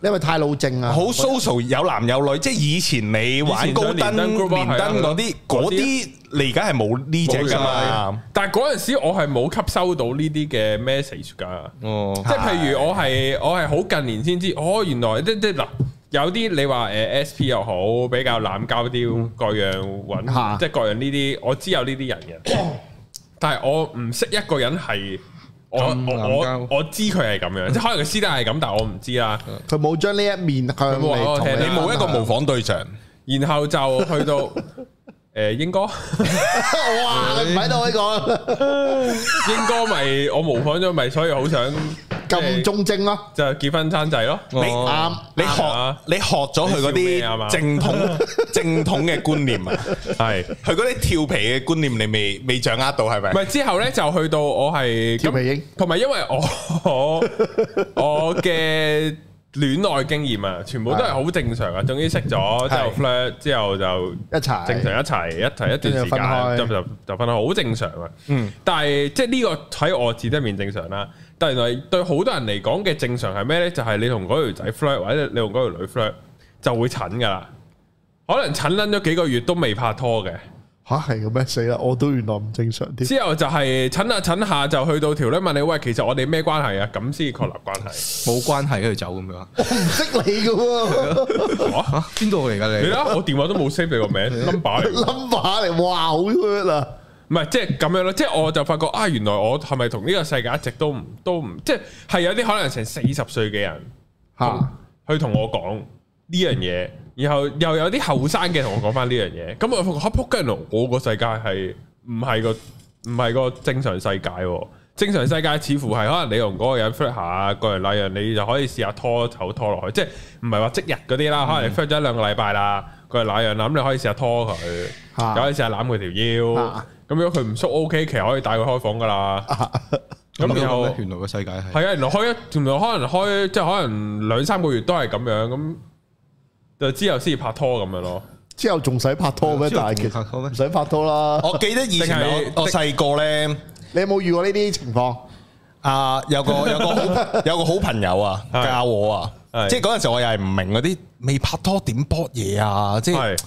Speaker 4: 你係咪太老正啊？
Speaker 3: 好 social 有男有女？即係以前你玩
Speaker 1: 以前
Speaker 3: 高
Speaker 1: 上連
Speaker 3: 登、
Speaker 1: 登 group 啊
Speaker 3: 連登嗰啲，
Speaker 1: 係啊
Speaker 3: 嗰啲你而家係冇呢只㗎嘛？
Speaker 1: 但係嗰陣時我係冇吸收到呢啲嘅 message 㗎。
Speaker 2: 哦
Speaker 1: 即係譬如我係我係好近年先知，哦，原來即即嗱，有啲你話誒 SP 又好，比較濫交
Speaker 2: 嗯
Speaker 1: 啲各樣揾，
Speaker 4: 嚇
Speaker 1: 即係各樣呢啲，我知有呢啲人嘅，但係我唔識一個人係。我
Speaker 2: 咁
Speaker 1: 我
Speaker 2: 濫交
Speaker 1: 我我知佢係咁 樣，即係可能佢私底係咁，但係我唔知啦。
Speaker 4: 佢冇將呢一面向
Speaker 1: 佢冇話俾我
Speaker 4: 嚟同
Speaker 1: 聽
Speaker 3: 你
Speaker 4: 你
Speaker 3: 冇一個模仿對象，
Speaker 2: 嗯
Speaker 1: 然後就去 到誒英 哥，
Speaker 4: 哇！你唔喺度可以講
Speaker 1: 英哥咪我模仿咗咪，所以好 想
Speaker 4: 咁忠貞咯，
Speaker 1: 就結婚生仔咯。
Speaker 2: 你
Speaker 4: 啱。
Speaker 3: 你學
Speaker 1: 啊
Speaker 3: 你學咗佢嗰
Speaker 1: 你笑咩啊
Speaker 3: 啲
Speaker 1: 嘛
Speaker 3: 正統正統嘅觀念啊，
Speaker 1: 係
Speaker 3: 佢嗰啲調皮嘅觀念你未未掌握到係咪
Speaker 1: 唔？係之後咧就去到我係
Speaker 4: 跳皮英，
Speaker 1: 同埋因為我我 我嘅戀愛經驗啊，全部都係好正常啊。總之識咗之後
Speaker 3: 係
Speaker 1: flirt 之後就
Speaker 4: 一齊
Speaker 1: 正常一齊一齊一段時
Speaker 4: 跟住分
Speaker 1: 間
Speaker 4: 開
Speaker 1: 就就就分開，好正常啊。
Speaker 2: 嗯，
Speaker 1: 但係即係呢個喺我自己面正常啦。但係原來對好多人嚟講嘅正常係咩呢？就係、你同嗰條仔 flirt 或者你同嗰條女 flirt 就會襯噶啦。可能襯撚咗幾個月都未拍拖嘅，
Speaker 4: 吓係咁咩？死啦！我都原來唔正常啲。
Speaker 1: 之後就係襯下襯下就去到條女問你喂，其實我哋咩關係啊？咁先確立關係。
Speaker 2: 冇關係跟住走咁樣啊？
Speaker 4: 唔識你 嘅喎
Speaker 2: 嚇邊度嚟㗎
Speaker 1: 你
Speaker 2: 你？
Speaker 1: 啦，啊我電話都冇 save 你個名 number 嚟㗎
Speaker 4: ，number 嚟，哇，好 hurt 啊！
Speaker 1: 唔係即係咁樣咯，即係我就發覺啊，原來我係咪同呢個世界一直都唔都唔，即係係有啲可能成四十歲嘅人
Speaker 4: 吓，
Speaker 1: 去同我講呢樣嘢，然後又有啲後生嘅同我講翻呢樣嘢，咁我發覺嚇撲街原來我個世界係唔係個唔係個正常世界喎。正常世界似乎係可能你同嗰個人 flirt 下，個人那樣，你就可以試下拖手拖落去，即係唔係話即日嗰啲啦，可能你 flirt 咗一兩個禮拜啦，個人那樣啦，咁你可以試下拖佢，
Speaker 4: 啊
Speaker 1: 又可以試下攬佢條腰
Speaker 4: 啊，
Speaker 1: 咁如果佢唔縮 OK，其實可以帶佢開房噶啦。咁然後
Speaker 2: 咁原來個世界係
Speaker 1: 係啊，原來開一，原來可能開即係可能兩三個月都係咁樣，咁就之後先至拍拖咁樣咯。
Speaker 4: 之後仲使拍拖咩？
Speaker 2: 之後
Speaker 4: 但係其
Speaker 2: 仲拍拖
Speaker 4: 實
Speaker 2: 咩
Speaker 4: 唔使拍拖啦。
Speaker 3: 我記得以前
Speaker 1: 定係
Speaker 3: 我我細個咧，
Speaker 4: 你有冇遇過呢啲情況？
Speaker 3: 啊有個 有個好有個好朋友啊
Speaker 1: 係
Speaker 3: 教我啊，
Speaker 1: 係
Speaker 3: 即係嗰陣時我又係唔明嗰啲未拍拖點搏嘢啊，即係
Speaker 1: 係。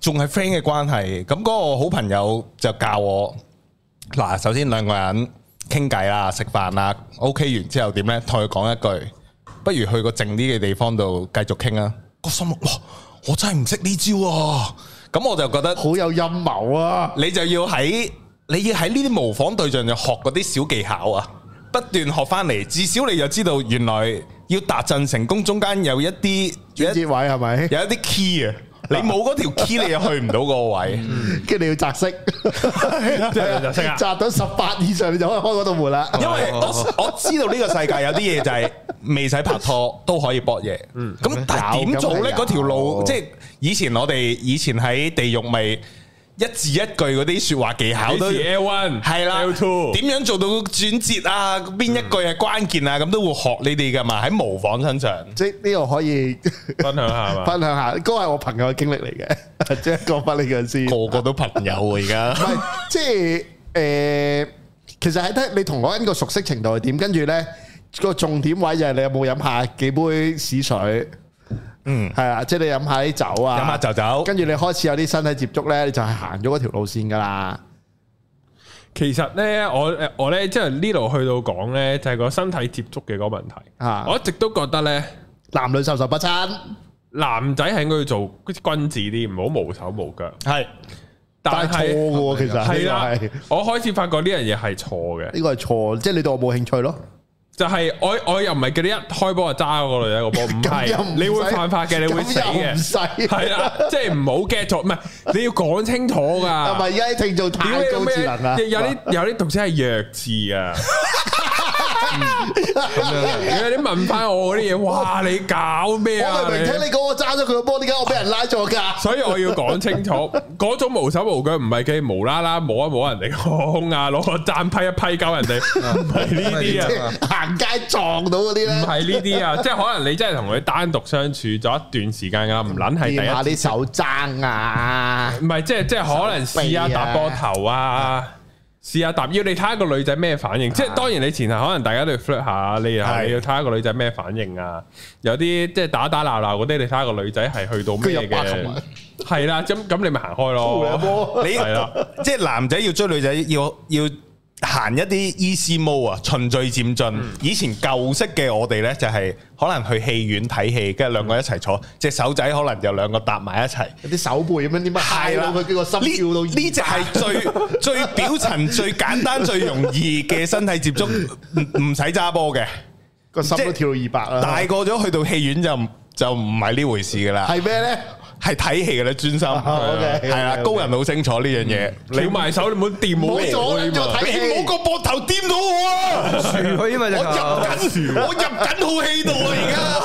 Speaker 3: 仲係 friend 嘅關係，咁嗰個好朋友就教我嗱，首先兩個人傾偈啦、食飯啦，OK 完之後點呢？同佢講一句，不如去個靜啲嘅地方度繼續傾啊！個心諗哇，我真係唔識呢招啊！咁我就覺得
Speaker 4: 好有陰謀啊！
Speaker 3: 你就要喺你要喺呢啲模仿對象就學嗰啲小技巧啊，不斷學翻嚟，至少你就知道原來要達陣成功中間有一啲有
Speaker 4: 呢
Speaker 3: 一
Speaker 4: 位係咪？
Speaker 3: 有一啲 key 啊，你冇嗰條 key 你就去唔到嗰個位。
Speaker 4: 跟住你要擲色，
Speaker 1: 即係就識啊
Speaker 4: 擲到十八以上，你就可以開嗰道門啦。
Speaker 3: 因為我我知道呢個世界有啲嘢就係未使拍拖都可以搏嘢，咁但係點做呢？
Speaker 4: 有
Speaker 3: 嗰條路
Speaker 4: 有
Speaker 3: 即係以前我哋以前喺地獄咪一字一句嗰啲说話技巧
Speaker 1: 考
Speaker 3: 都
Speaker 1: 到 L one
Speaker 3: 係啦
Speaker 1: L two，
Speaker 3: 點樣做到轉折啊？邊一句係關鍵啊？咁都會學你哋噶嘛？喺模仿身上，
Speaker 4: 即係呢度可以
Speaker 1: 分享下嘛？
Speaker 4: 分享下，嗰個係我朋友嘅經歷嚟嘅， 即係講翻呢個先。
Speaker 3: 個個都朋友啊而家。
Speaker 4: 唔係，即係誒，其實係睇你同嗰個人個熟悉程度係點，跟住咧個重點位就係你有冇飲下幾杯屎水，
Speaker 3: 嗯，
Speaker 4: 係啊，即係你飲下啲酒啊，
Speaker 3: 飲下就走。
Speaker 4: 跟住你開始有啲身體接觸咧，你就係行咗嗰條路線噶啦。
Speaker 1: 其實咧，我誒我咧，即係呢度去到講咧，就係個身體接觸嘅嗰個問題。
Speaker 4: 啊
Speaker 1: 我一直都覺得咧，
Speaker 4: 男女授受不親，
Speaker 1: 男仔係應該要做君子啲，唔好無手無腳。
Speaker 3: 係
Speaker 1: 但
Speaker 4: 但
Speaker 1: 係
Speaker 4: 係錯嘅喎，其實呢個
Speaker 1: 係啦
Speaker 4: 係，
Speaker 1: 我開始發覺呢樣嘢係錯嘅。
Speaker 4: 呢個係錯，即係你對我冇興趣咯。
Speaker 1: 就係我我又唔係叫你一開波就揸嗰個女仔個波，唔
Speaker 4: 咁又唔
Speaker 1: 係，你會
Speaker 4: 使
Speaker 1: 犯法嘅，你會死
Speaker 4: 咁又唔
Speaker 1: 嘅，
Speaker 4: 使
Speaker 1: 係啦，即係唔好 get 錯，唔係你要講清楚
Speaker 4: 係咪
Speaker 1: 噶。
Speaker 4: 而家啲聽眾
Speaker 1: 屌
Speaker 4: 太
Speaker 1: 你
Speaker 4: 高
Speaker 1: 咩
Speaker 4: 智能啦？
Speaker 1: 有啲有啲讀者係弱智啊！
Speaker 2: 咁
Speaker 1: 有啲問翻我嗰啲嘢，哇！你搞咩
Speaker 4: 我
Speaker 1: 啊？
Speaker 4: 明明聽
Speaker 1: 你
Speaker 4: 你講我揸咗佢個波，點解我俾人拉咗㗎？
Speaker 1: 所以我要講清楚，嗰種無手無腳唔係佢無啦啦摸一摸人哋個胸啊，攞個踭批一批鳩人哋，唔係呢啲啊。
Speaker 4: 行街撞到嗰啲
Speaker 1: 唔
Speaker 4: 咧，
Speaker 1: 係呢啲啊，即係可能你真係同佢單獨相處咗一段時間啊，唔撚係第
Speaker 4: 掂下
Speaker 1: 一
Speaker 4: 啲手踭啊，
Speaker 1: 唔係，即係即係可能試下搭膊頭啊，試下搭腰，你睇下個女仔咩反應。即係當然你前後可能大家都要 flirt 下，你又
Speaker 3: 係
Speaker 1: 你要睇下個女仔咩反應啊。有啲即係打打鬧鬧嗰啲，你睇下個女仔係去到
Speaker 4: 佢
Speaker 1: 咩
Speaker 4: 又八同
Speaker 1: 嘅。係啦，咁咁你咪行開
Speaker 4: 埋
Speaker 1: 咯。
Speaker 4: 波。
Speaker 3: 你
Speaker 1: 係啦
Speaker 3: 即係男仔要追女仔，要要行一啲 easy mode 啊，循序漸進。
Speaker 4: 嗯
Speaker 3: 以前舊式嘅我哋呢，就係可能去戲院睇戲，跟住兩個一齊坐，隻手仔可能就兩個搭埋一齊。
Speaker 4: 有啲手背咁樣，點解
Speaker 3: 係
Speaker 4: 揩
Speaker 3: 啦
Speaker 4: 到，佢個心跳啊到
Speaker 3: 呢呢只係最最表 層、最簡單、最容易嘅身體接觸，唔唔使揸波嘅。
Speaker 4: 個心
Speaker 3: 即
Speaker 4: 都
Speaker 3: 係
Speaker 4: 跳到二百啦。啊
Speaker 3: 大個咗去到戲院就唔就唔係呢回事噶啦，
Speaker 4: 係咩啊咧？
Speaker 3: 係睇戲嘅啦，專心係
Speaker 4: OK，OK，OK
Speaker 3: 啦，高人好清楚呢樣
Speaker 4: 嗯
Speaker 3: 嘢，你
Speaker 1: 翹埋手，你唔好掂
Speaker 4: 唔好
Speaker 1: 我哎
Speaker 4: 阻撚咗睇戲
Speaker 3: 啊哎你唔好個膊頭掂到我啊！
Speaker 2: 佢啊嘛
Speaker 3: 我
Speaker 2: 隻球
Speaker 3: 入緊，我入緊套戲度啊！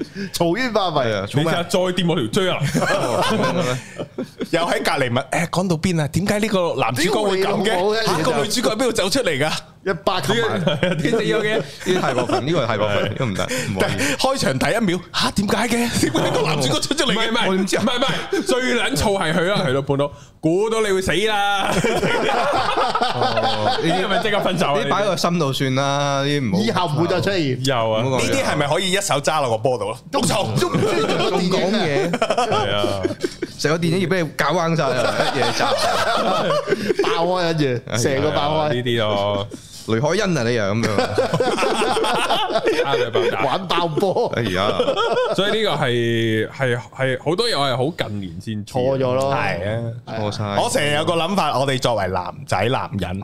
Speaker 3: 而
Speaker 4: 嘈冤化
Speaker 2: 係啊
Speaker 4: 為，
Speaker 1: 你
Speaker 2: 做
Speaker 1: 試
Speaker 2: 咩
Speaker 1: 下
Speaker 2: 啊？
Speaker 1: 再掂我條椎啊！
Speaker 3: 家又喺隔離問，誒講到邊啊？點解呢個男主角會啊咁
Speaker 4: 屌你老母
Speaker 3: 嘅？
Speaker 4: 一
Speaker 3: 嚇
Speaker 4: 嘢就
Speaker 3: 個女主角喺邊度走出嚟㗎？
Speaker 4: 一百球埋
Speaker 1: 點死咗嘅？
Speaker 2: 呢個太過分，呢個太過分，呢個唔得， 唔可
Speaker 3: 但
Speaker 2: 以。
Speaker 3: 係開場第一秒嚇點解 嘅？點解個男主角出出
Speaker 1: 唔
Speaker 3: 嚟
Speaker 1: 係
Speaker 3: 嘅
Speaker 1: 唔？係，
Speaker 2: 我點知啊
Speaker 1: 唔係唔係，最撚燥係佢啦，去到半路，估到你會死啦，
Speaker 2: 呢
Speaker 1: 你係
Speaker 2: 啲
Speaker 1: 咪即刻分手啊？
Speaker 2: 呢啲擺喺個心度算啦，呢啲唔好。
Speaker 4: 以後唔會再出 現。
Speaker 1: 有啊
Speaker 2: 唔好，講
Speaker 3: 呢啲係咪可以一手揸落個波度咯？冇錯，
Speaker 4: 都唔中意做
Speaker 2: 仲
Speaker 4: 電
Speaker 2: 講
Speaker 4: 影啊
Speaker 2: 嘢，
Speaker 1: 係啊，
Speaker 2: 成個電影要俾你搞彎晒啦，一嘢炸。
Speaker 4: 爆開跟
Speaker 3: 哎
Speaker 4: 住，成個爆
Speaker 1: 呢
Speaker 4: 開，
Speaker 1: 啲咯，
Speaker 2: 雷海恩啊，你又咁樣，
Speaker 1: 呃你爆炸
Speaker 4: 玩爆波，
Speaker 2: 哎呀，
Speaker 1: 所以呢個係係係好多嘢，我係好近年先知
Speaker 4: 錯咗咯。
Speaker 3: 係啊。
Speaker 2: 錯晒。
Speaker 3: 我成日有個諗法，我哋作為男仔男人，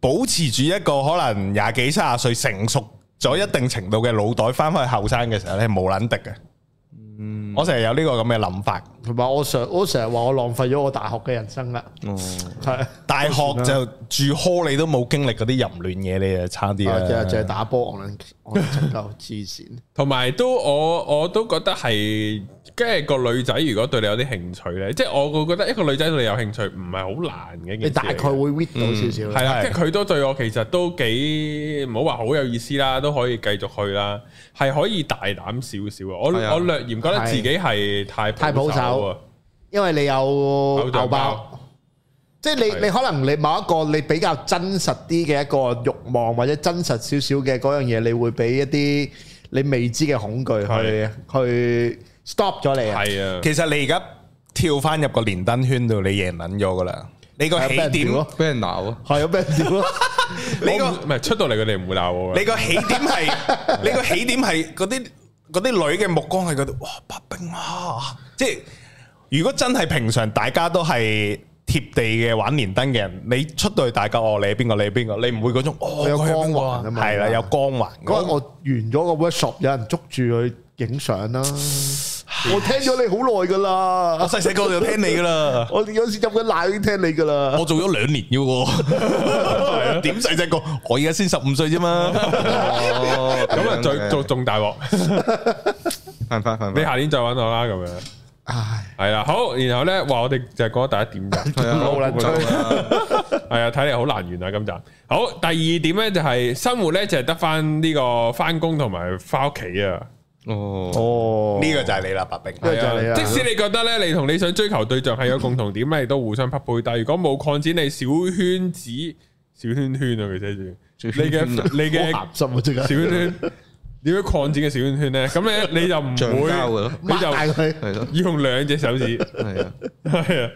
Speaker 3: 保持住一個可能廿幾三十歲成熟咗一定程度嘅腦袋，翻返去後生嘅時候咧，冇撚敵嘅。
Speaker 4: 嗯
Speaker 3: 我成日有呢個咁嘅諗法。
Speaker 4: 同埋我常我成日話我浪費咗我大學嘅人生啦，
Speaker 2: 哦
Speaker 3: 嗯
Speaker 4: 係
Speaker 3: 大學就住 hall 你都冇經歷嗰啲淫亂嘢，你就差啲
Speaker 4: 啊，
Speaker 3: 啦。
Speaker 4: 日日就係打波，我能我能拯救黐 線，
Speaker 1: 同埋都我我都覺得係，跟住個女仔如果對你有啲興趣咧，即係我會覺得一個女仔對你有興趣唔係好難嘅一件事嚟嘅。
Speaker 4: 你大概會 read 到
Speaker 3: 嗯
Speaker 4: 少少啦
Speaker 1: 係啦，
Speaker 3: 係
Speaker 1: 即係佢都對我其實都幾唔好話好有意思啦，都可以繼續去啦，係可以大膽少少啊！我
Speaker 2: 係啊
Speaker 1: 我略嫌覺得自己係太
Speaker 4: 太保
Speaker 1: 守
Speaker 4: 守
Speaker 1: 啊，
Speaker 4: 因為你有
Speaker 1: 象
Speaker 4: 牛包，即係
Speaker 1: 係
Speaker 4: 你你可能你某一個你比較真實啲嘅一個慾望或者真實少少嘅嗰樣嘢，你會俾一啲你未知嘅恐懼去去 stop 咗你啊！
Speaker 1: 係啊，
Speaker 3: 其實你而家跳翻入個連登圈度，你贏撚咗噶啦。你個起
Speaker 4: 係啊俾人
Speaker 3: 點，
Speaker 4: 屌咯
Speaker 2: 俾人鬧啊！
Speaker 4: 係有咩屌 咯？
Speaker 3: 你個
Speaker 1: 我唔唔係出到嚟佢哋唔會鬧我㗎
Speaker 3: 你個起點係，你個起點係嗰啲嗰啲女嘅目光係嗰度，哇，白冰啊！即係如果真係平常大家都係貼地嘅玩連登嘅人，你出到去大家哦，你係邊個？你係邊個？你唔會嗰種哦，
Speaker 4: 我有
Speaker 3: 佢係邊個
Speaker 4: 光環啊嘛
Speaker 3: 係啦，有光環。
Speaker 4: 嗰日我完咗個 workshop，有人捉住佢影相啦。我聽咗你好耐噶
Speaker 3: 我
Speaker 4: 啦，
Speaker 3: 細細個就聽你噶啦，
Speaker 4: 我有時入緊奶已經聽你噶啦。
Speaker 3: 我做咗兩年嘅喎， 點細細個？我而家先十五歲啫嘛，
Speaker 2: 哦，
Speaker 1: 咁啊，
Speaker 2: 樣
Speaker 1: 最
Speaker 2: 嘅
Speaker 1: 做仲大鑊，
Speaker 2: 犯法犯
Speaker 1: 你
Speaker 2: 法，
Speaker 1: 下年再揾我啦，咁樣
Speaker 4: 唉，
Speaker 1: 係啦，好，然後咧，哇，我哋就係講咗第一點咋，
Speaker 2: 係啊
Speaker 4: 老撚吹
Speaker 2: 吹，
Speaker 1: 係啊，睇嚟好難完啊，今集。好，第二點咧就係生活咧就係得翻呢個翻工同埋翻屋企啊。
Speaker 2: 哦，
Speaker 4: 哦，
Speaker 3: 呢個就係你啦，白冰。
Speaker 4: 呢個就係你啦。啊
Speaker 1: 即使你覺得咧，你同你想追求對象係有共同點咧，亦都互相匹配。但係如果冇擴展你小圈子、小圈圈啊，佢寫住
Speaker 2: 小
Speaker 1: 你嘅
Speaker 2: 圈圈啊
Speaker 1: 你嘅
Speaker 4: 好鹹濕啊！即
Speaker 1: 小圈
Speaker 4: 刻
Speaker 1: 圈點樣擴展嘅小圈圈咧？咁咧你就唔
Speaker 2: 橡膠嘅
Speaker 1: 會
Speaker 2: 咯，
Speaker 1: 你就
Speaker 4: 擘大佢，
Speaker 2: 係咯，
Speaker 1: 要用兩隻手指，
Speaker 2: 係啊，
Speaker 1: 係啊，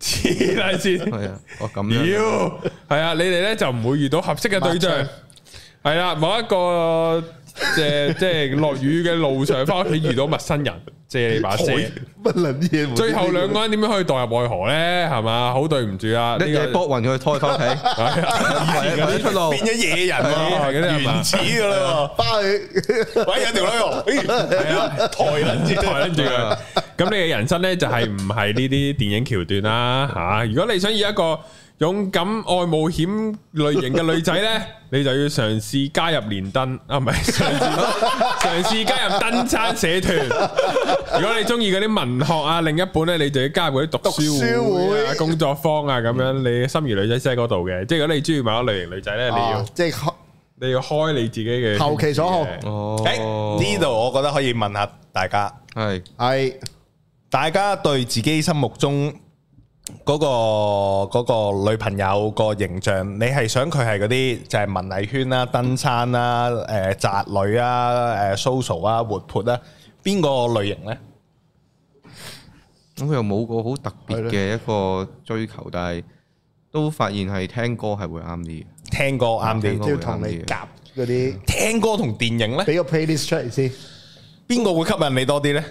Speaker 1: 黐撚線。
Speaker 2: 係啊，哦咁樣，
Speaker 1: 屌，系啊，你哋咧就唔會遇到合適嘅對象
Speaker 4: 抹，
Speaker 1: 系啦，某一個即 係即系落雨嘅路上翻屋企遇到陌生人，借你把遮，
Speaker 4: 乜撚嘢？
Speaker 1: 最後兩個人點樣可以代入愛河咧？係嘛，好對唔住啊，
Speaker 2: 一
Speaker 1: 呢
Speaker 2: 嘢
Speaker 1: 個
Speaker 2: 搏暈佢胎翻屋企，
Speaker 1: 係啊
Speaker 2: 或者或者出路，
Speaker 3: 變咗野人
Speaker 1: 係嗰啲
Speaker 3: 喎，
Speaker 1: 係嘛
Speaker 3: 原始噶啦
Speaker 4: 翻去
Speaker 3: 喎，喂有條女喎，係啊，抬撚住
Speaker 1: 抬跟住佢
Speaker 2: 啊，
Speaker 1: 咁你嘅人生咧就係唔係呢啲電影橋段啦吓？如果你想要一個勇敢愛冒險類型嘅女仔咧， 你就要嘗試加入連登啊，唔係 嘗試嘗試加入登山社團。如果你中意嗰啲文學啊，另一本咧，你就要加入嗰啲讀書會啊、
Speaker 4: 讀書會
Speaker 1: 工作坊啊咁樣。你心儀女仔先喺嗰度嘅，即係如果你中意某一類型女仔咧，你要
Speaker 4: 啊即係
Speaker 1: 你要開你自己嘅
Speaker 4: 投其所好
Speaker 1: 圈子嘅
Speaker 2: 哦，
Speaker 3: 誒呢度我覺得可以問下大家，
Speaker 2: 係
Speaker 4: 係
Speaker 3: 大家對自己心目中嗰個嗰個女朋友個形象，你係想佢係嗰啲就係文藝圈啦、登山啦、誒宅女啊、誒 social 啊、活潑啦，邊個類型呢？
Speaker 2: 咁佢又冇個好特別嘅一個追求，但係都發現係聽歌係會啱啲嘅。
Speaker 3: 聽歌啱
Speaker 2: 聽
Speaker 3: 啲
Speaker 2: 歌。
Speaker 4: 要同啊你夾嗰啲，
Speaker 3: 聽歌同電影咧，
Speaker 4: 俾個 playlist 出嚟先。
Speaker 3: 邊個會吸引你多啲咧？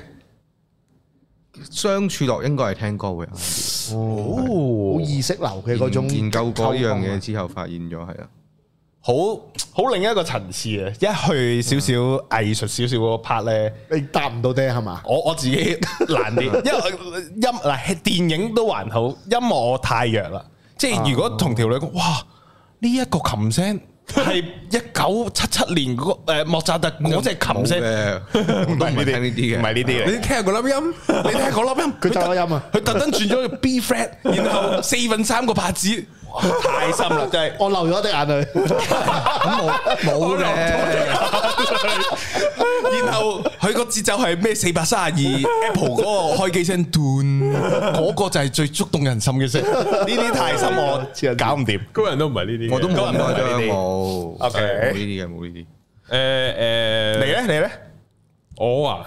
Speaker 2: 相處落應該係聽歌會啱啲。
Speaker 4: 好
Speaker 3: 哦
Speaker 4: 意識流嘅嗰種
Speaker 2: 研究過呢樣
Speaker 4: 溝通
Speaker 2: 嘢
Speaker 4: 啊，
Speaker 2: 之後，發現咗係啊，
Speaker 3: 好好另一個層次啊！一去少少藝術少少嗰個 part 咧，
Speaker 4: 你答唔到爹係嘛？
Speaker 3: 我我自己 難啲，因為音嗱電影都還好，音樂我太弱啦。即係如果同條女講，哇呢一個琴聲係一九七七年嗰個誒莫扎特嗰只琴聲。
Speaker 2: 嘅，我都唔係聽呢啲嘅，
Speaker 3: 唔係呢啲
Speaker 1: 你
Speaker 3: 嚟。
Speaker 1: 聽下個粒音，
Speaker 3: 你睇下嗰粒音，
Speaker 4: 佢走咗音啊
Speaker 3: 佢特登轉咗 B flat，然後四分三個拍子，哇太深啦，真係。
Speaker 4: 我流咗一滴眼淚，
Speaker 2: 冇嘅，
Speaker 3: 然後佢個節奏係咩？四百三十二 Apple 嗰個開機聲，斷嗰個就係最觸動人心嘅聲。呢啲太深，我搞唔掂。
Speaker 1: 高人都唔係呢啲嘅。
Speaker 2: 我都冇
Speaker 3: 嗰
Speaker 2: 咁
Speaker 3: 個唔係
Speaker 2: 誇
Speaker 3: 呢
Speaker 2: 張，
Speaker 3: 啲
Speaker 2: 冇
Speaker 3: OK
Speaker 2: 冇呢啲嘅，冇呢啲。
Speaker 1: 誒誒，
Speaker 3: 你咧，你咧，
Speaker 1: 我啊，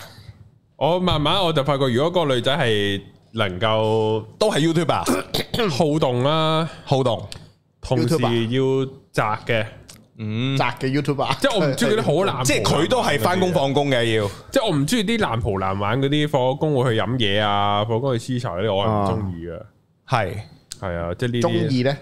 Speaker 1: 我慢慢我就發覺，如果個女仔係能夠
Speaker 3: 都係 YouTuber
Speaker 1: 好動啦，
Speaker 3: 好動，
Speaker 1: 同時要宅嘅，
Speaker 2: 嗯，
Speaker 4: 宅嘅 YouTuber，
Speaker 1: 即係我唔中意嗰啲好男，
Speaker 3: 即係佢都係翻工，放工嘅要。
Speaker 1: 即係我唔中意啲男蒲男玩嗰啲放工會去飲嘢啊，放工去黐茶嗰啲，我係唔中意嘅。
Speaker 3: 係
Speaker 1: 係啊，即係呢
Speaker 4: 中
Speaker 1: 啲
Speaker 4: 意咧，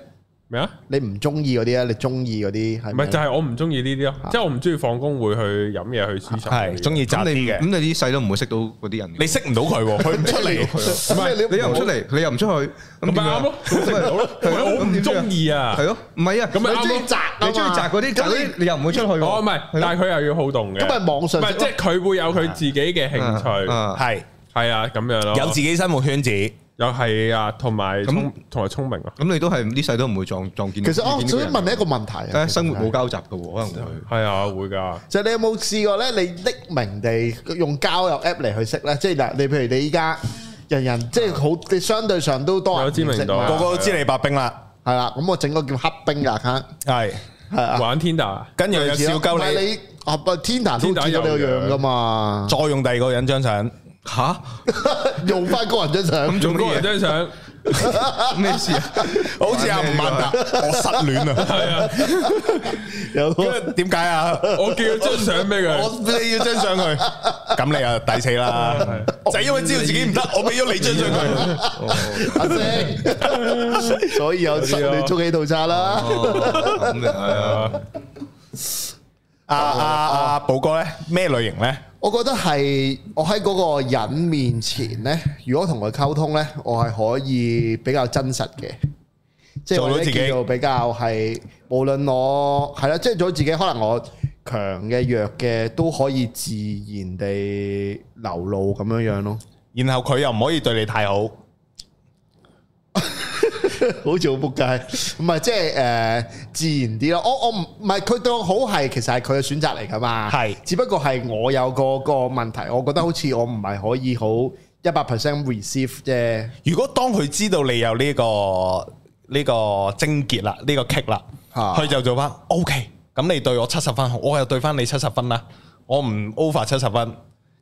Speaker 1: 咩啊？
Speaker 4: 你唔中意嗰啲啊，你中意嗰啲係
Speaker 1: 唔
Speaker 4: 咪
Speaker 1: 係就係我唔中意呢啲咯，即係我唔中意放工會去飲嘢去黐茶嗰啲。
Speaker 3: 係，中意
Speaker 2: 咁
Speaker 3: 扎啲
Speaker 2: 你咁
Speaker 3: 嘅。
Speaker 2: 你呢世都唔會識到嗰啲人嘅。
Speaker 3: 你識唔到佢喎，佢唔出嚟。
Speaker 4: 唔係
Speaker 2: 你又唔出嚟，你又唔出去，
Speaker 1: 咁
Speaker 2: 咁
Speaker 1: 咪
Speaker 2: 點
Speaker 1: 啱
Speaker 2: 啊
Speaker 1: 咯，食唔到咯。
Speaker 2: 係咯
Speaker 1: 我
Speaker 2: 咁
Speaker 1: 唔
Speaker 2: 點知啊
Speaker 1: 中意啊
Speaker 2: 係。咯，唔係啊，
Speaker 1: 咁咪
Speaker 4: 你
Speaker 1: 啱
Speaker 4: 中
Speaker 1: 咯
Speaker 4: 意宅啊嘛，
Speaker 2: 你中意宅嗰啲，
Speaker 4: 咁
Speaker 2: 嗰
Speaker 4: 你
Speaker 2: 啲你又唔會出去喎。
Speaker 1: 哦，唔係，
Speaker 2: 係咯
Speaker 1: 但係佢又要好動嘅。
Speaker 4: 咁咪網
Speaker 1: 唔
Speaker 4: 上
Speaker 1: 係，即係佢會有佢自己嘅興趣，
Speaker 2: 啊啊
Speaker 3: 係
Speaker 1: 係啊，咁樣咯。
Speaker 3: 有自己生活圈子，
Speaker 1: 又係啊，同埋
Speaker 2: 咁
Speaker 1: 聰同埋聰明啊，
Speaker 2: 咁你都係呢世都唔會撞撞見到。
Speaker 4: 其實我
Speaker 2: 見到
Speaker 4: 想
Speaker 2: 人
Speaker 4: 問你一個問題啊，
Speaker 2: 誒生活冇交集嘅喎，可能會。
Speaker 1: 係啊，會噶。
Speaker 4: 就係你有冇試過咧？你匿名地用交友 app 嚟去識咧？即係嗱，你譬如你依家人人即係好，你相對上都多人
Speaker 1: 有知名度啊
Speaker 3: 個
Speaker 4: 係
Speaker 3: 個都知你白冰啦。
Speaker 4: 啦。咁我整個叫黑冰嘅 account
Speaker 3: 係，
Speaker 4: 係啊，
Speaker 1: 玩 Tinder 啊
Speaker 3: 跟住又有笑
Speaker 4: 唔係
Speaker 3: 鳩你，
Speaker 4: 你啊不，Tinder 都
Speaker 1: Tinder
Speaker 4: 知道你
Speaker 1: 有
Speaker 4: 個
Speaker 1: 樣
Speaker 4: 樣噶 嘛，
Speaker 3: 再用第二個人張相。
Speaker 2: 嚇
Speaker 4: 用翻個人張相
Speaker 2: 咁。做
Speaker 1: 用個
Speaker 2: 咩
Speaker 1: 人
Speaker 2: 嘢？
Speaker 1: 張相，
Speaker 2: 咩事 啊？
Speaker 3: 好似阿吳孟達，我失戀啊！係啊，
Speaker 4: 有
Speaker 3: 跟住點解啊？
Speaker 1: 我叫張相俾佢，
Speaker 3: 我你要張相佢，咁你啊抵死啦！就係因為知道自己唔得，我俾咗你張相佢。
Speaker 4: 阿星，所以有失戀捉起套餐啦。
Speaker 2: 咁嘅係啊，
Speaker 3: 阿
Speaker 4: À,
Speaker 3: 阿阿寶哥咧，咩類型咧？
Speaker 4: 我覺得係我喺嗰個人面前呢，如果同佢溝通呢，我係可以比較真實嘅，即係
Speaker 3: 做到
Speaker 4: 或者
Speaker 3: 自己
Speaker 4: 叫做比較係無論我係啦，即係做到自己，可能我強嘅、弱嘅都可以自然地流露咁樣樣咯，
Speaker 3: 然後佢又唔可以對你太好，
Speaker 4: 好似好仆街，唔係即係誒、呃自然啲咯。我我唔唔係佢對我好係，其實係佢嘅選擇嚟㗎嘛，
Speaker 3: 係
Speaker 4: 只不過係我有個個問題，我覺得好似我唔係可以好一百 percent receive 啫。
Speaker 3: 如果當佢知道你有呢個呢個症結啦，呢個棘啦，
Speaker 4: 啊
Speaker 3: 佢就做翻 OK。咁你對我七十分，我又對翻你七十分啦。我唔 over 七十分，